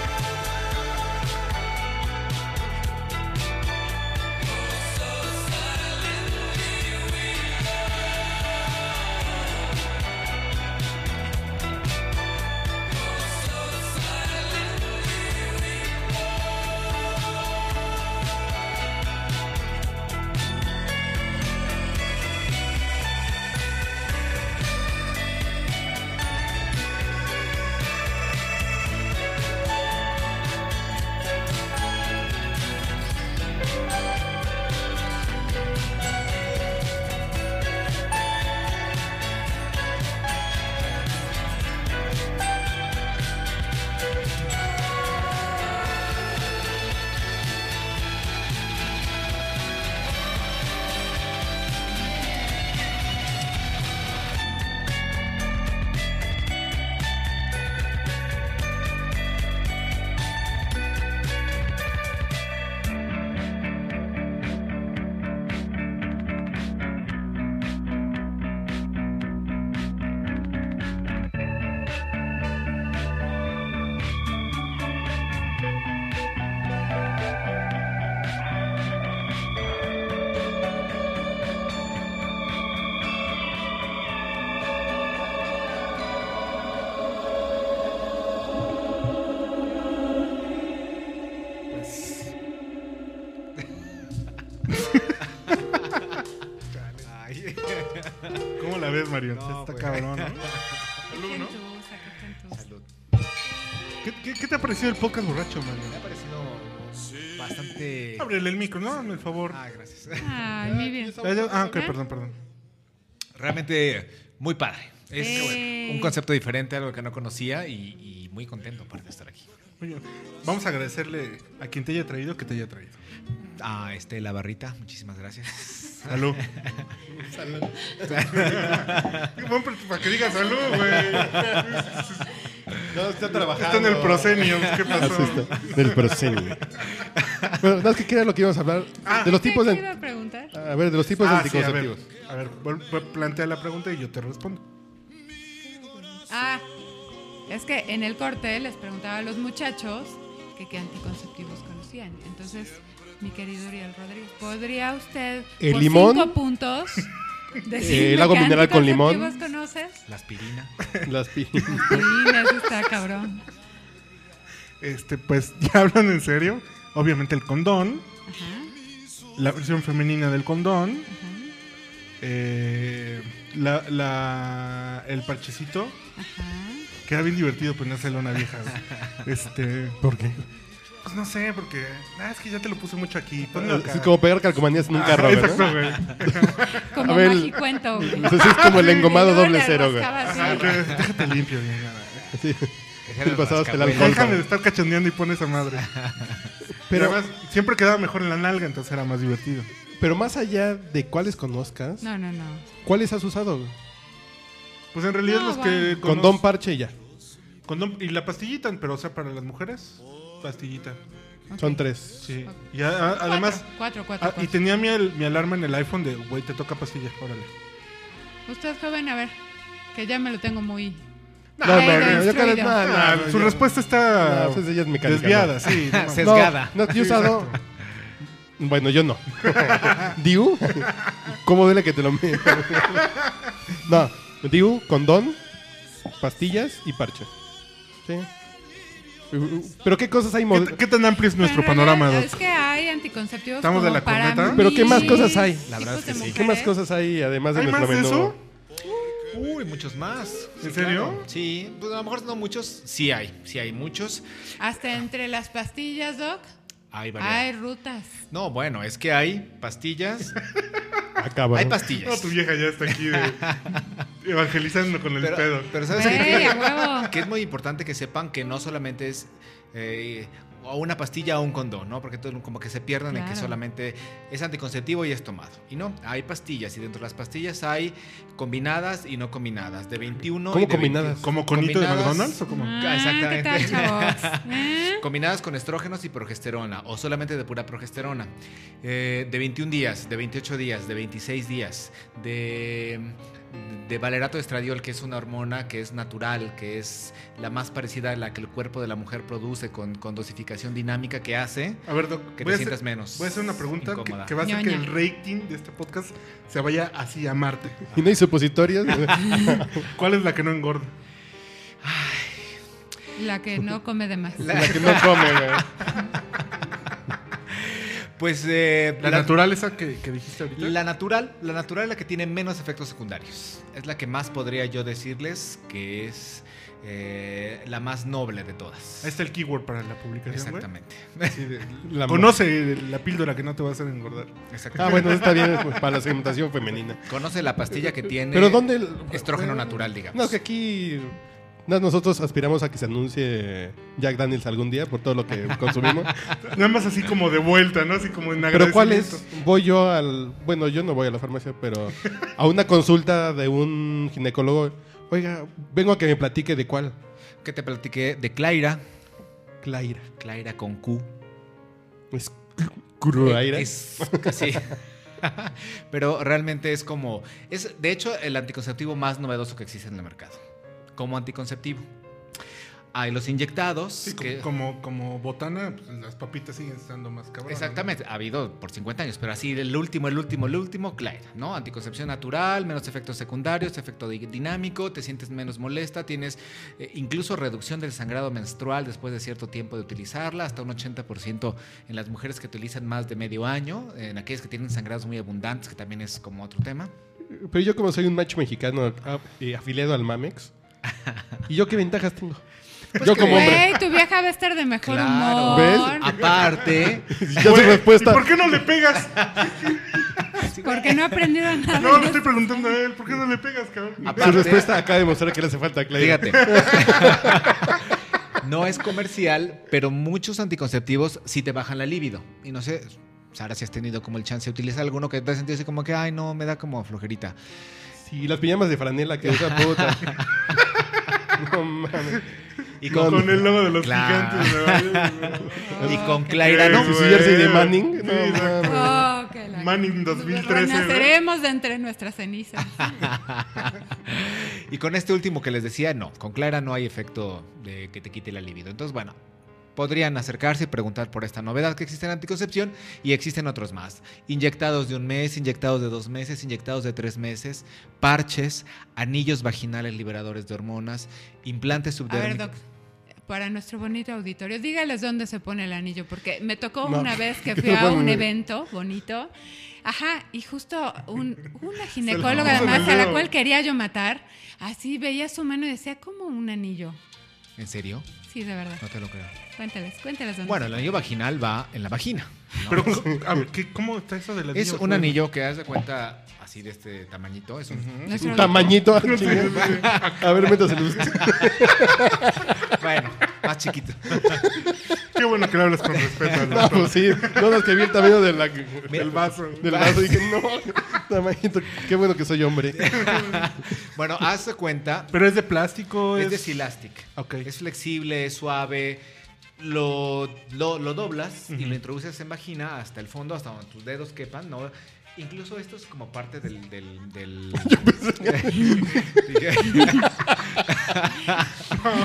Speaker 1: manches,
Speaker 4: No,
Speaker 1: está
Speaker 4: güey.
Speaker 1: cabrón, ¿no? Salud,
Speaker 3: Saquen
Speaker 1: ¿no?
Speaker 3: tus, saquen tus.
Speaker 4: Salud.
Speaker 1: ¿Qué, qué, qué te ha parecido el podcast borracho,
Speaker 4: Me ha
Speaker 1: Mario?
Speaker 4: parecido bastante.
Speaker 1: Ábrele el micro, ¿no? Hazme el favor.
Speaker 4: Ah, ¿Eh? gracias.
Speaker 3: Ay, muy bien.
Speaker 1: Ah, ya- ah, ok, perdón, perdón.
Speaker 4: Realmente muy padre. Es
Speaker 3: Eh.
Speaker 4: un concepto diferente, algo que no conocía y, y muy contento aparte de estar aquí.
Speaker 1: Muy bien. Vamos a agradecerle a quien te haya traído que te haya traído.
Speaker 4: Ah, este, la barrita, muchísimas gracias.
Speaker 1: Salud. salud. Qué buen pre- para que diga salud, güey.
Speaker 2: No, está trabajando. Ah,
Speaker 1: Está en el proscenio. ¿Qué pasó? Ah,
Speaker 2: Del proscenio. Bueno, nada más que era lo que íbamos a hablar.
Speaker 1: Ah.
Speaker 2: de los
Speaker 3: ¿Qué
Speaker 2: tipos
Speaker 3: te iba
Speaker 2: de,
Speaker 3: a preguntar?
Speaker 2: a ver, de los tipos de
Speaker 1: Ah, sí, a ver.
Speaker 2: Pues, anticonceptivos.
Speaker 1: A ver, vol- vol- plantea la pregunta y yo te respondo.
Speaker 3: Ah, es que en el corte les preguntaba a los muchachos que qué anticonceptivos conocían. Entonces, mi querido Uriel Rodríguez, ¿podría usted
Speaker 2: El
Speaker 3: por
Speaker 2: limón. Eh,
Speaker 3: cinco puntos decirme
Speaker 2: el agua
Speaker 3: qué
Speaker 2: mineral con limón.
Speaker 3: anticonceptivos conoces?
Speaker 4: La aspirina.
Speaker 2: Las pi-
Speaker 3: Sí, eso está cabrón.
Speaker 1: Este, pues, ya hablan en serio. Obviamente el condón,
Speaker 3: Ajá,
Speaker 1: la versión femenina del condón,
Speaker 3: ajá,
Speaker 1: eh, la, la- el parchecito,
Speaker 3: ajá.
Speaker 1: que era bien divertido ponérselo a una vieja. güey. Este,
Speaker 2: ¿Por qué?
Speaker 1: pues no sé, porque ah, es que ya te lo puse mucho aquí. Ponlo acá.
Speaker 2: Es Ah, como pegar calcomanías en un carro, ¿verdad?
Speaker 1: Ah, Exacto, güey.
Speaker 3: Como
Speaker 2: A ver,
Speaker 3: magicuento, güey.
Speaker 2: Entonces es como el engomado
Speaker 3: Luego le
Speaker 2: doble cero, güey. Ah,
Speaker 3: rascaba así.
Speaker 1: Ajá, te- Déjate limpio, bien. nada.
Speaker 2: Sí.
Speaker 4: Era el
Speaker 2: pasabas el
Speaker 4: rascabuelas.
Speaker 2: alcohol.
Speaker 1: Déjame de estar cachondeando y pones a madre. Pero
Speaker 2: Pero-
Speaker 1: además, siempre quedaba mejor en la nalga, entonces era más divertido.
Speaker 2: Pero más allá de cuáles conozcas,
Speaker 3: No, no, no.
Speaker 2: ¿cuáles has usado? güey?
Speaker 1: Pues en realidad
Speaker 3: No,
Speaker 1: los
Speaker 3: bueno.
Speaker 1: que... conoz-
Speaker 2: Condón, parche y ya.
Speaker 1: condón y la pastillita, pero o sea, para las mujeres, pastillita.
Speaker 3: Ok.
Speaker 2: Son tres.
Speaker 1: Sí. Y a- a-
Speaker 3: Cuatro,
Speaker 1: además...
Speaker 3: Cuatro, cuatro.
Speaker 1: ah, y
Speaker 3: cuatro.
Speaker 1: tenía mi, al- mi alarma en el iPhone de, güey, te toca pastilla, órale.
Speaker 3: Usted, joven, a ver, que ya me lo tengo muy.
Speaker 2: No,
Speaker 3: Ay,
Speaker 2: no,
Speaker 3: de
Speaker 2: no, yo cada-
Speaker 3: instruido.
Speaker 2: no, no,
Speaker 1: Ah,
Speaker 2: no,
Speaker 1: su
Speaker 2: yo-
Speaker 1: respuesta está
Speaker 2: No, pues ella es mecánica,
Speaker 1: desviada,
Speaker 2: no.
Speaker 1: sí. no mames.
Speaker 4: Sesga- Sesgada.
Speaker 2: No, no, yo he usado. Bueno, yo no. Diu, ¿cómo duele que te lo me- No, Diu, condón, pastillas y parche. Sí. Uh, Pero qué cosas hay.
Speaker 1: ¿Qué,
Speaker 2: mod-
Speaker 1: t- qué tan amplio es nuestro
Speaker 3: Pero en realidad
Speaker 1: panorama,
Speaker 3: Es
Speaker 1: Doc?
Speaker 3: que hay anticonceptivos.
Speaker 1: ¿Estamos
Speaker 3: como
Speaker 1: de la
Speaker 3: para
Speaker 1: corneta?
Speaker 3: mí,
Speaker 2: Pero ¿qué más cosas hay?
Speaker 3: tipos
Speaker 4: La verdad es que
Speaker 3: de
Speaker 4: sí.
Speaker 2: ¿Qué más
Speaker 3: mujeres.
Speaker 2: cosas hay además de
Speaker 1: ¿Hay
Speaker 2: nuestro
Speaker 1: más de
Speaker 2: menú?
Speaker 1: eso?
Speaker 4: Uy, muchos más.
Speaker 1: ¿En
Speaker 4: Sí,
Speaker 1: serio?
Speaker 4: claro. Sí, pues a lo mejor no muchos. Sí hay, sí hay muchos.
Speaker 3: Hasta entre las pastillas, Doc,
Speaker 4: Hay variedad.
Speaker 3: hay rutas.
Speaker 4: No, bueno, es que hay pastillas.
Speaker 2: Acaba.
Speaker 4: hay
Speaker 1: No,
Speaker 4: pastillas.
Speaker 1: tu vieja ya está aquí de- evangelizando con el
Speaker 4: pero,
Speaker 1: pedo.
Speaker 4: pero ¿sabes qué?
Speaker 3: ¡Ey, a huevo!
Speaker 4: que es muy importante que sepan que no solamente es eh, o una pastilla o un condón, ¿no? Porque todo, como que se pierdan en que
Speaker 3: Claro.
Speaker 4: solamente es anticonceptivo y es tomado. Y no, hay pastillas y dentro de las pastillas hay combinadas y no combinadas, de 21
Speaker 2: ¿Cómo
Speaker 4: y de
Speaker 2: combinadas?
Speaker 4: 20.
Speaker 1: ¿Como conito de
Speaker 4: Combinadas-
Speaker 1: McDonald's o como?
Speaker 3: Ah,
Speaker 4: exactamente.
Speaker 3: ¿Qué tal, chavos? ¿Eh?
Speaker 4: Combinadas con estrógenos y progesterona, o solamente de pura progesterona. Eh, de 21 días, de 28 días, de 26 días, de, de valerato de estradiol, que es una hormona que es natural, que es la más parecida a la que el cuerpo de la mujer produce con, con dosificación dinámica que hace
Speaker 1: A ver, Doc,
Speaker 4: que
Speaker 1: voy
Speaker 4: te
Speaker 1: a
Speaker 4: sientas
Speaker 1: hacer-
Speaker 4: menos.
Speaker 1: Voy a hacer una pregunta que,
Speaker 4: incómoda.
Speaker 1: que va a hacer que
Speaker 3: Ñoña.
Speaker 1: el rating de este podcast se vaya así a Marte.
Speaker 2: Y no hay supositorios.
Speaker 1: ¿Cuál es la que no engorda?
Speaker 3: La que no come de más.
Speaker 2: la que no come, güey.
Speaker 4: Pues eh,
Speaker 1: La, natural esa que, que dijiste ahorita.
Speaker 4: La natural, la natural es la que tiene menos efectos secundarios. Es la que más podría yo decirles que es eh, la más noble de todas.
Speaker 1: Ahí está el keyword para la publicación, güey.
Speaker 4: Exactamente.
Speaker 1: Sí, de-
Speaker 2: La
Speaker 1: Conoce la píldora que no te va a hacer engordar.
Speaker 4: Exactamente.
Speaker 2: Ah, bueno, está bien pues, para la segmentación femenina.
Speaker 4: Conoce la pastilla que tiene
Speaker 2: Pero ¿dónde? el-
Speaker 4: estrógeno
Speaker 2: bueno,
Speaker 4: natural, digamos.
Speaker 2: No, que aquí no, nosotros aspiramos a que se anuncie Jack Daniels algún día por todo lo que consumimos.
Speaker 1: Nada más así como de vuelta, ¿no? Así como en
Speaker 2: pero ¿cuál es?
Speaker 1: agradecimiento.
Speaker 2: Voy yo al... Bueno, yo no voy a la farmacia, pero a una consulta de un ginecólogo. Oiga, vengo a que me platique de cuál.
Speaker 4: Que te platiqué de Claira.
Speaker 2: Claira.
Speaker 4: Claira con Q.
Speaker 2: Es Cruaira.
Speaker 4: Eh, Es casi. Pero realmente es como. Es de hecho el anticonceptivo más novedoso que existe en el mercado. Como anticonceptivo. Hay los inyectados.
Speaker 1: Sí, como,
Speaker 4: que-
Speaker 1: como, como botana, pues, las papitas siguen estando más cabronas. ¿no?
Speaker 4: Exactamente, ha habido por 50 años, pero así el último, el último, el último, Claire, ¿no? Anticoncepción natural, menos efectos secundarios, efecto di- dinámico, te sientes menos molesta, tienes eh, incluso reducción del sangrado menstrual después de cierto tiempo de utilizarla, hasta un 80% en las mujeres que utilizan más de medio año, en aquellas que tienen sangrados muy abundantes, que también es como otro tema.
Speaker 2: Pero yo como soy un macho mexicano ah, eh, afiliado al Mamex, ¿y yo qué ventajas tengo?
Speaker 1: Pues
Speaker 2: yo como hombre.
Speaker 3: Güey, tu vieja va a estar de mejor
Speaker 4: Claro.
Speaker 3: humor.
Speaker 4: Aparte,
Speaker 2: Ya su
Speaker 1: Güey,
Speaker 2: respuesta.
Speaker 1: ¿y Pues, ¿Por qué no le pegas?
Speaker 3: Porque no aprendieron nada.
Speaker 1: No, le estoy preguntando a él. ¿Por qué no le pegas, cabrón?
Speaker 4: Aparte-
Speaker 2: Su respuesta acá demostrar que le hace falta a Claudia.
Speaker 4: fíjate. No es comercial, pero muchos anticonceptivos sí te bajan la libido. Y no sé, Sara, si has tenido como el chance de utilizar alguno que te has sentido así como que, ay, no, me da como flojerita.
Speaker 2: Sí, las pijamas de franela que usa puta. no mames.
Speaker 4: Y
Speaker 1: Con,
Speaker 4: con,
Speaker 1: el logo de los
Speaker 4: Claro.
Speaker 1: gigantes. ¿no?
Speaker 4: y con Claira, ¿no?
Speaker 1: Sí,
Speaker 2: Si pues, jersey de Manning.
Speaker 1: Sí,
Speaker 2: No,
Speaker 1: exacto.
Speaker 2: mames.
Speaker 3: Oh, que la-
Speaker 1: Manning 2013,
Speaker 3: Renaceremos de entre nuestras cenizas.
Speaker 4: Y con este último que les decía, no, con Clara no hay efecto de que te quite la libido. Entonces, bueno, podrían acercarse y preguntar por esta novedad que existe en anticoncepción y existen otros más. Inyectados de un mes, inyectados de dos meses, inyectados de tres meses, parches, anillos vaginales liberadores de hormonas, implantes
Speaker 3: A ver,
Speaker 4: subdérmicos.
Speaker 3: Doc, para nuestro bonito auditorio, dígales dónde se pone el anillo, porque me tocó
Speaker 2: No,
Speaker 3: una vez que
Speaker 2: que
Speaker 3: fui
Speaker 2: lo
Speaker 3: a
Speaker 2: pongan
Speaker 3: un
Speaker 2: ahí.
Speaker 3: evento bonito. Ajá, y justo un- una
Speaker 1: puso en
Speaker 3: ginecóloga
Speaker 1: el
Speaker 3: además a la
Speaker 1: dedo.
Speaker 3: cual quería yo matar, así veía su mano y decía, como un anillo.
Speaker 4: ¿En serio?
Speaker 3: Sí, de verdad.
Speaker 4: No te lo creo.
Speaker 3: Cuéntales, cuéntales dónde.
Speaker 4: Bueno,
Speaker 3: se-
Speaker 4: el anillo vaginal va en la vagina. ¿no?
Speaker 1: Pero, a ver, ¿qué- ¿cómo está eso del anillo?
Speaker 4: es un anillo que haz de cuenta así de este tamañito. Es un,
Speaker 1: Oh.
Speaker 3: Nuestro-
Speaker 2: Un tamañito. chinga. A ver, métaselo.
Speaker 4: Bueno, más chiquito.
Speaker 1: Qué bueno que le hablas con respeto al
Speaker 2: No,
Speaker 1: doctor.
Speaker 2: pues sí. No, es que vi el tamaño de la-
Speaker 4: Mira.
Speaker 2: del vaso. Del vaso. Y dije, no, tamañito. Qué bueno que soy hombre.
Speaker 4: Bueno, haz de cuenta
Speaker 1: Pero es de plástico.
Speaker 4: Es de Silastic.
Speaker 1: Ok.
Speaker 4: Es flexible, es suave. Lo, lo, lo doblas y lo introduces en vagina hasta el fondo, hasta donde tus dedos quepan, ¿no? Incluso esto es como parte del... del, del-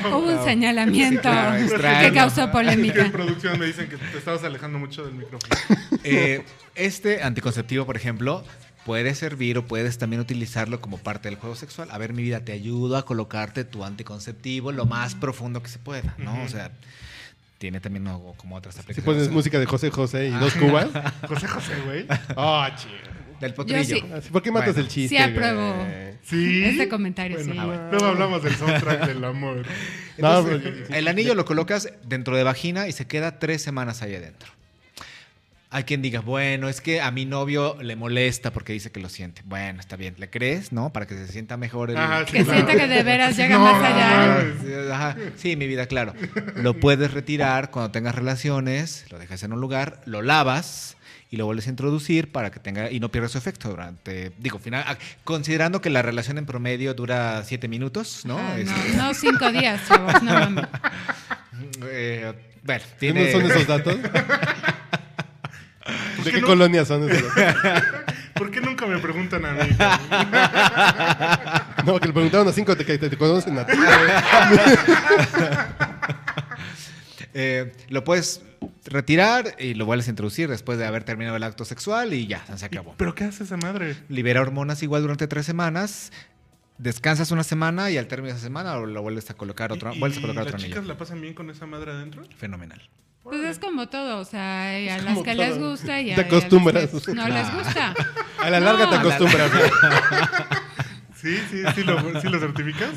Speaker 3: Hubo un señalamiento
Speaker 4: claro,
Speaker 3: que
Speaker 4: extraño.
Speaker 3: causó
Speaker 1: Que en
Speaker 3: polémica.
Speaker 1: producción me dicen que te estabas alejando mucho del micrófono.
Speaker 4: Eh, este anticonceptivo, por ejemplo, puede servir o puedes también utilizarlo como parte del juego sexual. A ver, mi vida, te ayudo a colocarte tu anticonceptivo lo más
Speaker 1: Mm.
Speaker 4: profundo que se pueda, ¿no? O sea, tiene también algo como otras
Speaker 2: Si
Speaker 4: aplicaciones.
Speaker 1: pues
Speaker 2: pones música de José José y
Speaker 1: Ah.
Speaker 2: dos cubas.
Speaker 1: José José, güey.
Speaker 2: Ah, chido.
Speaker 4: Del potrillo.
Speaker 3: sí.
Speaker 2: Así, ¿Por qué matas
Speaker 4: Bueno.
Speaker 2: el chiste?
Speaker 3: Sí, apruebo.
Speaker 2: güey?
Speaker 1: Sí.
Speaker 3: Este comentario, sí.
Speaker 1: Bueno, Luego hablamos del soundtrack del amor.
Speaker 2: No,
Speaker 4: Entonces, el anillo lo colocas dentro de vagina y se queda tres semanas ahí adentro. Hay quien diga, bueno, es que a mi novio le molesta porque dice que lo siente. Bueno, está bien, ¿le crees? ¿No? Para que se sienta mejor el...
Speaker 1: Ajá, Ah, sí,
Speaker 3: Que
Speaker 1: claro.
Speaker 3: sienta que de veras llega
Speaker 1: No,
Speaker 3: más
Speaker 1: no, no,
Speaker 3: allá.
Speaker 1: no.
Speaker 4: Ajá, Sí, mi vida, claro. Lo puedes retirar cuando tengas relaciones, lo dejas en un lugar, lo lavas y lo vuelves a introducir para que tenga y no pierda su efecto durante, digo, final, ah, considerando que la relación en promedio dura siete minutos, ¿no?
Speaker 3: Ah,
Speaker 4: Este,
Speaker 3: no, no, cinco días, chavos, no mames.
Speaker 4: eh, bueno,
Speaker 2: ¿Qué
Speaker 4: tiene...
Speaker 2: son esos datos? ¿De qué colonia son esos datos?
Speaker 1: ¿Por qué nunca me preguntan a mí?
Speaker 2: No, que le preguntaron a cinco te, que te conocen a ti.
Speaker 4: Eh, lo puedes retirar y lo vuelves a introducir después de haber terminado el acto sexual y ya, se acabó.
Speaker 1: ¿Pero qué hace esa madre?
Speaker 4: Libera hormonas igual durante tres semanas, descansas una semana y al término de esa semana lo vuelves a colocar otro,
Speaker 1: ¿Y-
Speaker 4: vuelves a
Speaker 1: y
Speaker 4: colocar otro
Speaker 1: ¿Las
Speaker 4: anillo.
Speaker 1: chicas la pasan bien con esa madre adentro?
Speaker 4: Fenomenal.
Speaker 3: Pues es como todo, o sea, y a las
Speaker 2: como
Speaker 3: que
Speaker 2: todo.
Speaker 3: les gusta y a,
Speaker 2: Te
Speaker 3: y a
Speaker 2: acostumbras.
Speaker 3: las que no
Speaker 2: Claro.
Speaker 3: les gusta.
Speaker 2: A la larga
Speaker 3: No,
Speaker 2: te
Speaker 3: a la-
Speaker 2: acostumbras.
Speaker 1: Sí, sí, sí lo, sí lo certificas.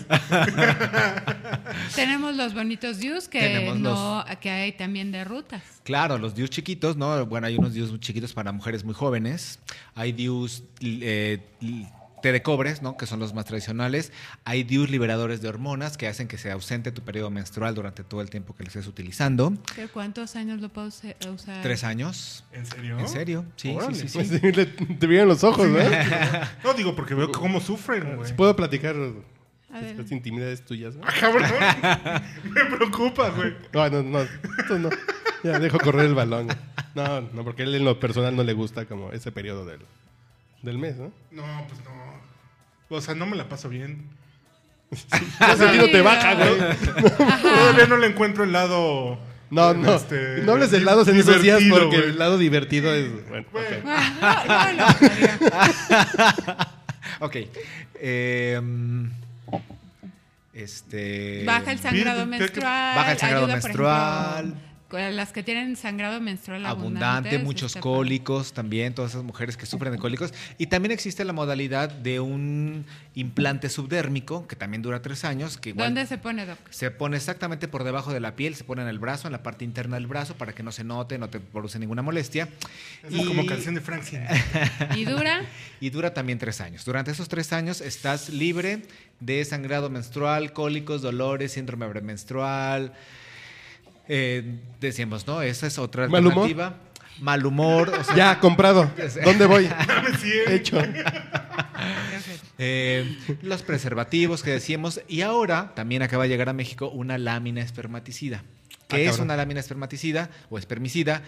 Speaker 3: Tenemos los bonitos views que,
Speaker 4: Tenemos
Speaker 3: no, que hay también de rutas.
Speaker 4: Claro, los dius chiquitos, ¿no? Bueno, hay unos dius muy chiquitos para mujeres muy jóvenes. Hay dius eh, té de cobres, ¿no? Que son los más tradicionales. Hay dius liberadores de hormonas que hacen que se ausente tu periodo menstrual durante todo el tiempo que lo estés utilizando.
Speaker 3: ¿Pero ¿Cuántos años lo puedo use- usar?
Speaker 4: Tres años.
Speaker 1: ¿En serio?
Speaker 4: ¿En serio? Sí,
Speaker 1: Órale.
Speaker 4: sí, sí,
Speaker 2: Pues
Speaker 4: sí.
Speaker 2: sí, le- te vieron los ojos, ¿no?
Speaker 1: No, digo, porque veo cómo sufren, güey.
Speaker 2: Si puedo platicar
Speaker 3: Adelante.
Speaker 2: las intimidades tuyas. ¿no?
Speaker 1: Ah, Cabrón, me preocupa, güey.
Speaker 2: No, no, no. esto no. Ya, dejo correr el balón. No, no, porque a él en lo personal no le gusta como ese periodo del, del mes, ¿no?
Speaker 1: No, pues no. O sea, no me la paso bien.
Speaker 2: Ya sentido te baja, güey.
Speaker 1: Todavía no le encuentro el lado.
Speaker 2: No, no.
Speaker 1: Este,
Speaker 2: no hables de helados en esos días
Speaker 1: divertido,
Speaker 2: porque
Speaker 1: güey.
Speaker 2: el lado divertido es. Bueno, ok.
Speaker 3: Bueno, no, no, lo sabía.
Speaker 4: Ok. Em, este.
Speaker 3: Baja el sangrado
Speaker 1: Bien,
Speaker 3: menstrual.
Speaker 4: baja el sangrado
Speaker 3: ayuda, por
Speaker 4: menstrual.
Speaker 3: ejemplo, las que tienen sangrado menstrual este, abundante.
Speaker 4: abundante, muchos
Speaker 3: está padre.
Speaker 4: cólicos también, todas esas mujeres que sufren de cólicos. Y también existe la modalidad de un implante subdérmico que también dura tres años, que igual
Speaker 3: ¿Dónde se pone, Doc?
Speaker 4: se pone exactamente por debajo de la piel, se pone en el brazo, en la parte interna del brazo, para que no se note, no te produce ninguna molestia.
Speaker 1: Es como canción de Frank Sinatra.
Speaker 3: ¿Y dura?
Speaker 4: Y dura también tres años. Durante esos tres años estás libre de sangrado menstrual, cólicos, dolores, síndrome premenstrual. Eh, decíamos, ¿no? Esa es otra
Speaker 2: ¿Mal humor?
Speaker 4: alternativa. Mal humor. o sea,
Speaker 2: Ya, comprado. ¿Dónde voy? Hecho.
Speaker 4: eh, los preservativos que decíamos. Y ahora también acaba de llegar a México una lámina espermaticida. ¿Qué
Speaker 2: Ah,
Speaker 4: es
Speaker 2: cabrón.
Speaker 4: una lámina espermaticida o espermicida?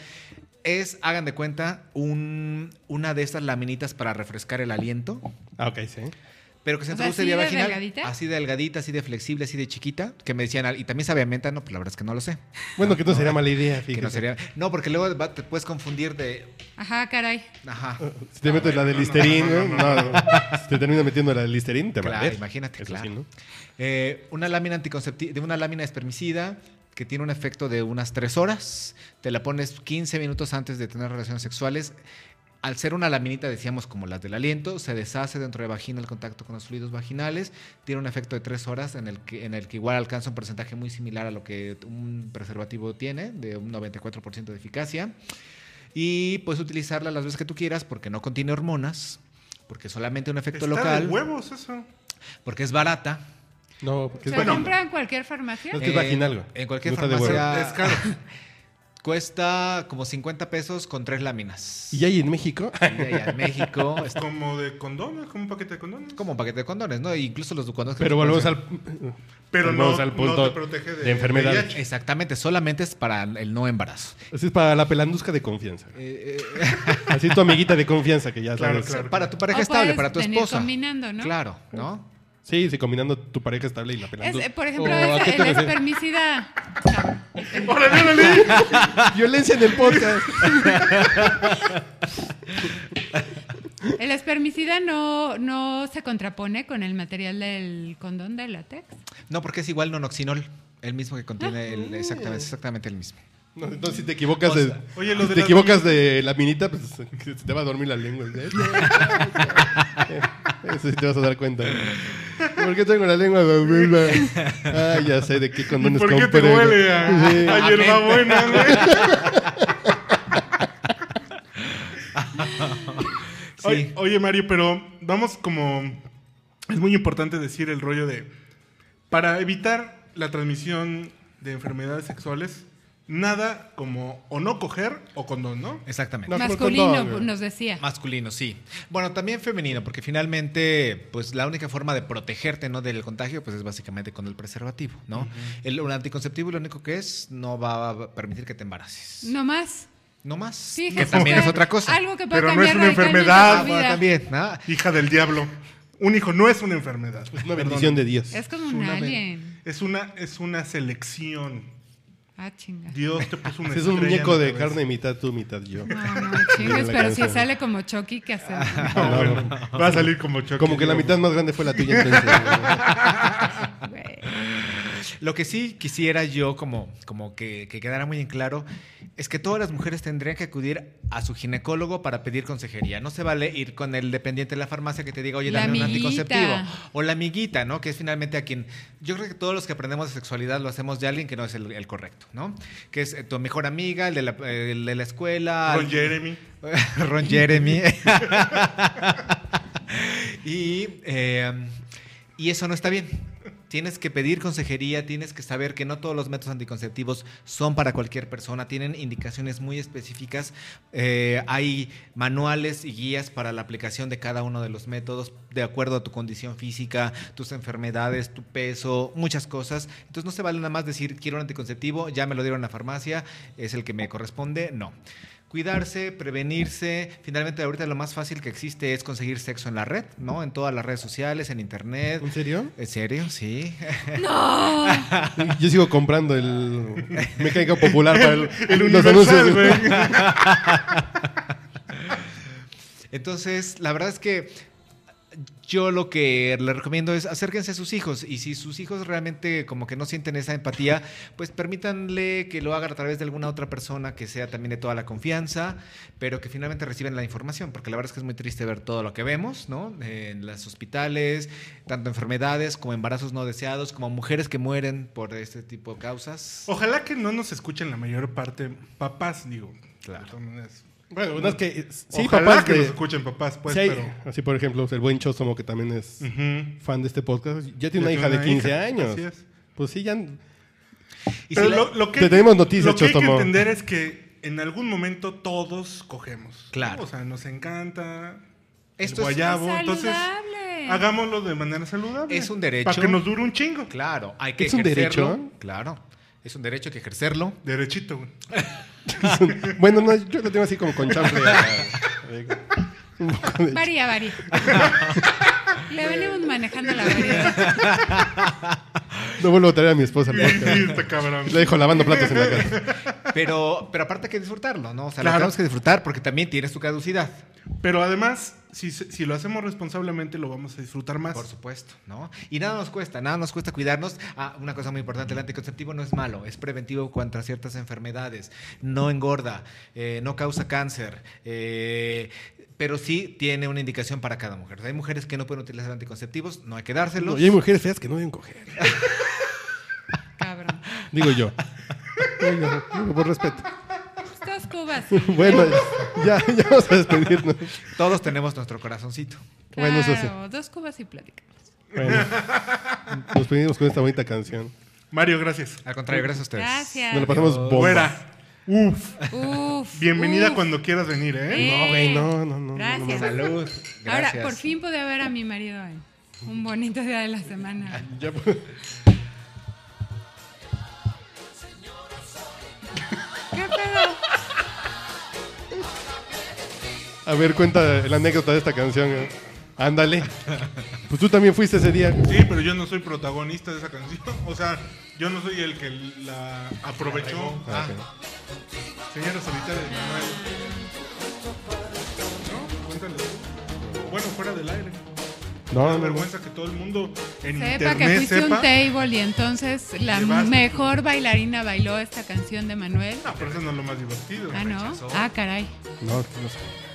Speaker 4: Es, hagan de cuenta, un- una de estas laminitas para refrescar el aliento.
Speaker 2: Ah, ok, sí.
Speaker 4: Pero que se
Speaker 3: O sea,
Speaker 4: introduce
Speaker 3: ¿así
Speaker 4: vía
Speaker 3: de
Speaker 4: vaginal.
Speaker 3: delgadita?
Speaker 4: Así de delgadita, así de flexible, así de chiquita. Que me decían, al- y también sabe a menta, no, pues la verdad es que no lo sé.
Speaker 2: Bueno, Ah, que no sería mala idea, fíjate.
Speaker 4: Que no sería. No, porque luego va- te puedes confundir de.
Speaker 3: Ajá, caray.
Speaker 4: Ajá.
Speaker 2: Si te metes la del Listerine, no, no. Si te termina metiendo la del Listerine, te va a
Speaker 4: Claro,
Speaker 2: ver.
Speaker 4: imagínate,
Speaker 2: Eso sí,
Speaker 4: claro.
Speaker 2: ¿no?
Speaker 4: Eh, una lámina anticonceptiva, de una lámina espermicida que tiene un efecto de unas 3 horas. Te la pones 15 minutos antes de tener relaciones sexuales. Al ser una laminita, decíamos, como las del aliento, se deshace dentro de vagina el contacto con los fluidos vaginales. Tiene un efecto de 3 horas en el, que, en el que igual alcanza un porcentaje muy similar a lo que un preservativo tiene, de un 94% de eficacia. Y puedes utilizarla las veces que tú quieras porque no contiene hormonas, porque es solamente un efecto
Speaker 1: Está de
Speaker 4: local,
Speaker 1: huevos eso.
Speaker 4: porque es barata.
Speaker 2: No, porque
Speaker 3: ¿Se
Speaker 2: es
Speaker 1: bueno.
Speaker 2: vaginal.
Speaker 3: compra en cualquier farmacia?
Speaker 2: No es que es vaginal, güey.
Speaker 4: Eh, En cualquier
Speaker 2: No está de
Speaker 4: farmacia.
Speaker 1: huevo. Es caro.
Speaker 4: Cuesta como 50 pesos con tres láminas.
Speaker 2: ¿Y hay en México?
Speaker 4: Y allá en México.
Speaker 2: Oh,
Speaker 1: Es
Speaker 4: está
Speaker 1: como de condones, como un paquete de condones.
Speaker 4: como un paquete de condones, ¿no? E incluso los condones. que
Speaker 2: Pero
Speaker 4: se
Speaker 2: volvemos
Speaker 4: producen-
Speaker 2: al...
Speaker 1: Pero no,
Speaker 2: volvemos al
Speaker 1: no
Speaker 2: punto
Speaker 1: te protege de,
Speaker 2: de enfermedad.
Speaker 1: VIH.
Speaker 4: Exactamente, solamente es para el no embarazo.
Speaker 2: Así es para la pelandusca de confianza.
Speaker 4: Eh, eh,
Speaker 2: Así tu amiguita de confianza que ya
Speaker 1: Claro,
Speaker 2: sabes.
Speaker 1: claro.
Speaker 4: para tu pareja
Speaker 3: O
Speaker 4: estable,
Speaker 3: puedes
Speaker 4: para tu
Speaker 3: venir
Speaker 4: esposa.
Speaker 3: combinando, ¿no?
Speaker 4: Claro, ¿no?
Speaker 2: Sí, sí, combinando tu pareja estable y la
Speaker 3: Es,
Speaker 2: pelandusca.
Speaker 3: eh, por ejemplo,
Speaker 2: ¿O Oh, a
Speaker 3: esa-
Speaker 2: qué te
Speaker 3: el
Speaker 2: refieres?
Speaker 3: espermicida.
Speaker 1: ¡Órale, órale!
Speaker 2: Violencia en el podcast.
Speaker 3: El espermicida no, no se contrapone con el material del condón de látex.
Speaker 4: No, porque es igual nonoxinol, el mismo que contiene
Speaker 3: Ah.
Speaker 4: el, exactamente, es exactamente el mismo.
Speaker 2: No, entonces, si te equivocas de,
Speaker 1: Oye, lo
Speaker 2: si
Speaker 1: de
Speaker 2: te
Speaker 1: la-
Speaker 2: equivocas de la minita, pues se te va a dormir la lengua. Eso sí te vas a dar cuenta. ¿Por qué tengo la lengua? dormida? Ah, ya sé de qué
Speaker 1: ¿Y
Speaker 2: condones
Speaker 1: por qué te
Speaker 2: compré.
Speaker 1: huele a,
Speaker 2: Sí.
Speaker 1: a hierbabuena, güey?
Speaker 4: Sí.
Speaker 1: Oye, oye, Mario, pero vamos como... Es muy importante decir el rollo de... Para evitar la transmisión de enfermedades sexuales, nada como o no coger o condón, ¿no?
Speaker 4: Exactamente.
Speaker 2: No,
Speaker 3: Masculino,
Speaker 2: condón, güey.
Speaker 3: nos decía.
Speaker 4: Masculino, sí. Bueno, también femenino, porque finalmente, pues la única forma de protegerte no del contagio, pues es básicamente con el preservativo, ¿no? el, un anticonceptivo lo único que es no va a permitir que te embaraces.
Speaker 3: No más.
Speaker 4: No más.
Speaker 3: Sí,
Speaker 4: que
Speaker 3: Jesús,
Speaker 4: también
Speaker 3: pero
Speaker 4: es otra cosa.
Speaker 3: Algo que puede
Speaker 1: Pero no
Speaker 3: cambiar
Speaker 1: es una
Speaker 3: radicalmente
Speaker 1: enfermedad.
Speaker 3: tu
Speaker 4: Ah, bueno,
Speaker 3: vida.
Speaker 4: también, ¿no?
Speaker 1: Hija del diablo. Un hijo no es una enfermedad.
Speaker 2: Es una bendición de Dios.
Speaker 3: Es como
Speaker 1: Es
Speaker 3: un
Speaker 1: una ben-
Speaker 3: alien.
Speaker 1: Es una, es una selección.
Speaker 3: Ah, chinga.
Speaker 1: Dios te puso una
Speaker 2: Es un
Speaker 1: estrella
Speaker 2: muñeco
Speaker 1: en la
Speaker 2: de
Speaker 1: cabeza.
Speaker 2: carne mitad tú, mitad yo.
Speaker 3: No, no,
Speaker 2: Mira
Speaker 3: chingues,
Speaker 2: la
Speaker 3: pero
Speaker 2: cabeza.
Speaker 3: si sale como Chucky, ¿qué hacemos?
Speaker 1: No, bueno, va a salir como Chucky.
Speaker 2: Como que la mitad
Speaker 1: digamos.
Speaker 2: más grande fue la tuya. Entonces,
Speaker 3: Güey.
Speaker 4: Lo que sí quisiera yo, como, como que, que quedara muy en claro, es que todas las mujeres tendrían que acudir a su ginecólogo para pedir consejería. No se vale ir con el dependiente de la farmacia que te diga, oye,
Speaker 3: La
Speaker 4: dame un
Speaker 3: amiguita.
Speaker 4: anticonceptivo. O la amiguita, ¿no? Que es finalmente a quien. Yo creo que todos los que aprendemos de sexualidad lo hacemos de alguien que no es el, el correcto, ¿no? Que es eh, tu mejor amiga, el de la, eh, el de la escuela.
Speaker 1: Ron Jeremy.
Speaker 4: Ron Jeremy. y, eh, y eso no está bien. Tienes que pedir consejería, tienes que saber que no todos los métodos anticonceptivos son para cualquier persona, tienen indicaciones muy específicas, eh, hay manuales y guías para la aplicación de cada uno de los métodos de acuerdo a tu condición física, tus enfermedades, tu peso, muchas cosas. Entonces no se vale nada más decir quiero un anticonceptivo, ya me lo dieron en la farmacia, es el que me corresponde, no cuidarse, prevenirse. Finalmente, ahorita lo más fácil que existe es conseguir sexo en la red, ¿no? En todas las redes sociales, en internet.
Speaker 2: ¿En serio?
Speaker 4: ¿En serio? Sí.
Speaker 2: Yo sigo comprando el mecánica popular para el,
Speaker 1: El
Speaker 2: los
Speaker 1: universal,
Speaker 2: anuncios.
Speaker 1: güey.
Speaker 4: Entonces, la verdad es que yo lo que le recomiendo es acérquense a sus hijos y si sus hijos realmente como que no sienten esa empatía, pues permítanle que lo haga a través de alguna otra persona que sea también de toda la confianza, pero que finalmente reciben la información, porque la verdad es que es muy triste ver todo lo que vemos, ¿no? En los hospitales, tanto enfermedades como embarazos no deseados, como mujeres que mueren por este tipo de causas.
Speaker 1: Ojalá que no nos escuchen la mayor parte papás, digo.
Speaker 4: Claro.
Speaker 1: De todas maneras.
Speaker 2: Bueno, no es que. Sí,
Speaker 1: Ojalá
Speaker 2: papás
Speaker 1: que
Speaker 2: de-
Speaker 1: nos escuchen papás, pues,
Speaker 2: sí hay-
Speaker 1: pero...
Speaker 2: Así, por ejemplo, el buen Chosomo, que también es
Speaker 1: Ujú.
Speaker 2: fan de este podcast, ya
Speaker 1: Ya
Speaker 2: tiene una hija de 15
Speaker 1: hija,
Speaker 2: años.
Speaker 1: así es.
Speaker 2: Pues sí, ya.
Speaker 4: Y
Speaker 1: Pero
Speaker 4: si la-
Speaker 1: lo, lo que,
Speaker 2: Te tenemos noticias,
Speaker 1: lo que hay que
Speaker 2: Chostomo.
Speaker 1: entender es que en algún momento todos cogemos. ¿no?
Speaker 4: Claro.
Speaker 1: O sea, nos encanta
Speaker 4: Esto
Speaker 1: el
Speaker 4: es-
Speaker 1: guayabo.
Speaker 3: ¡Saludable!
Speaker 1: Entonces, hagámoslo de manera saludable.
Speaker 4: Es un derecho.
Speaker 1: Para que nos dure un chingo.
Speaker 4: Claro, hay que
Speaker 2: ¿Es un
Speaker 4: ejercerlo.
Speaker 2: derecho?
Speaker 4: Claro, es un derecho hay que ejercerlo.
Speaker 1: Derechito, güey.
Speaker 2: Bueno, no, yo lo tengo así como con chanfle. a- un poco de-
Speaker 3: Varía, varía. Le venimos manejando la variedad.
Speaker 2: No vuelvo a traer a mi esposa.
Speaker 1: Sí, sí,
Speaker 2: porque
Speaker 1: está Este cabrón.
Speaker 2: La dejo lavando platos en la casa.
Speaker 4: Pero, pero aparte hay que disfrutarlo, ¿no? O sea,
Speaker 1: Claro.
Speaker 4: lo tenemos que disfrutar porque también tiene su caducidad.
Speaker 1: Pero además, si, se- si lo hacemos responsablemente, lo vamos a disfrutar más.
Speaker 4: Por supuesto, ¿no? Y nada nos cuesta, nada nos cuesta cuidarnos. Ah, una cosa muy importante, el anticonceptivo no es malo, es preventivo contra ciertas enfermedades, no engorda, eh, no causa cáncer, eh, pero sí tiene una indicación para cada mujer. Hay mujeres que no pueden utilizar anticonceptivos, no hay que dárselos.
Speaker 2: No, y hay mujeres feas que no deben coger.
Speaker 3: Cabrón.
Speaker 2: Digo yo. Digo, digo, por respeto.
Speaker 3: Dos cubas.
Speaker 2: Bueno, ya, ya vamos a despedirnos.
Speaker 4: Todos tenemos nuestro corazoncito.
Speaker 2: Bueno, eso sí.
Speaker 3: Claro, Dos cubas y plática.
Speaker 2: Bueno, nos pedimos con esta bonita canción.
Speaker 1: Mario, gracias.
Speaker 4: Al contrario, gracias a ustedes.
Speaker 3: Gracias.
Speaker 2: Nos la pasamos bomba.
Speaker 1: Fuera. Uf.
Speaker 3: Uf,
Speaker 1: Bienvenida
Speaker 3: uf.
Speaker 1: cuando quieras venir, ¿eh?
Speaker 3: Eh,
Speaker 2: No, güey, no, no, no. no,
Speaker 3: Gracias.
Speaker 2: no, no.
Speaker 4: Salud.
Speaker 3: Ahora,
Speaker 4: Gracias.
Speaker 3: por fin pude ver a mi marido hoy. Un bonito día de la semana.
Speaker 2: Ya, pues,
Speaker 3: ¿Qué pedo?
Speaker 2: a ver, cuenta la anécdota de esta canción. eh. Ándale. Pues tú también fuiste ese día.
Speaker 1: Sí, pero yo no soy protagonista de esa canción. O sea, yo no soy el que la aprovechó. Ah, Señora solitaria de Manuel. ¿No? Cuéntale. tú. Bueno, fuera del aire.
Speaker 2: No,
Speaker 1: da
Speaker 2: no, no.
Speaker 1: vergüenza que todo el mundo en
Speaker 3: Ah, Sepa que
Speaker 1: internet
Speaker 3: fuiste un
Speaker 1: sepa.
Speaker 3: table y entonces la
Speaker 1: Llevaste.
Speaker 3: mejor bailarina bailó esta canción de Manuel.
Speaker 1: Ah, No, pero eso no es lo más divertido.
Speaker 3: Ah, no. Ah, caray.
Speaker 2: No, no sé.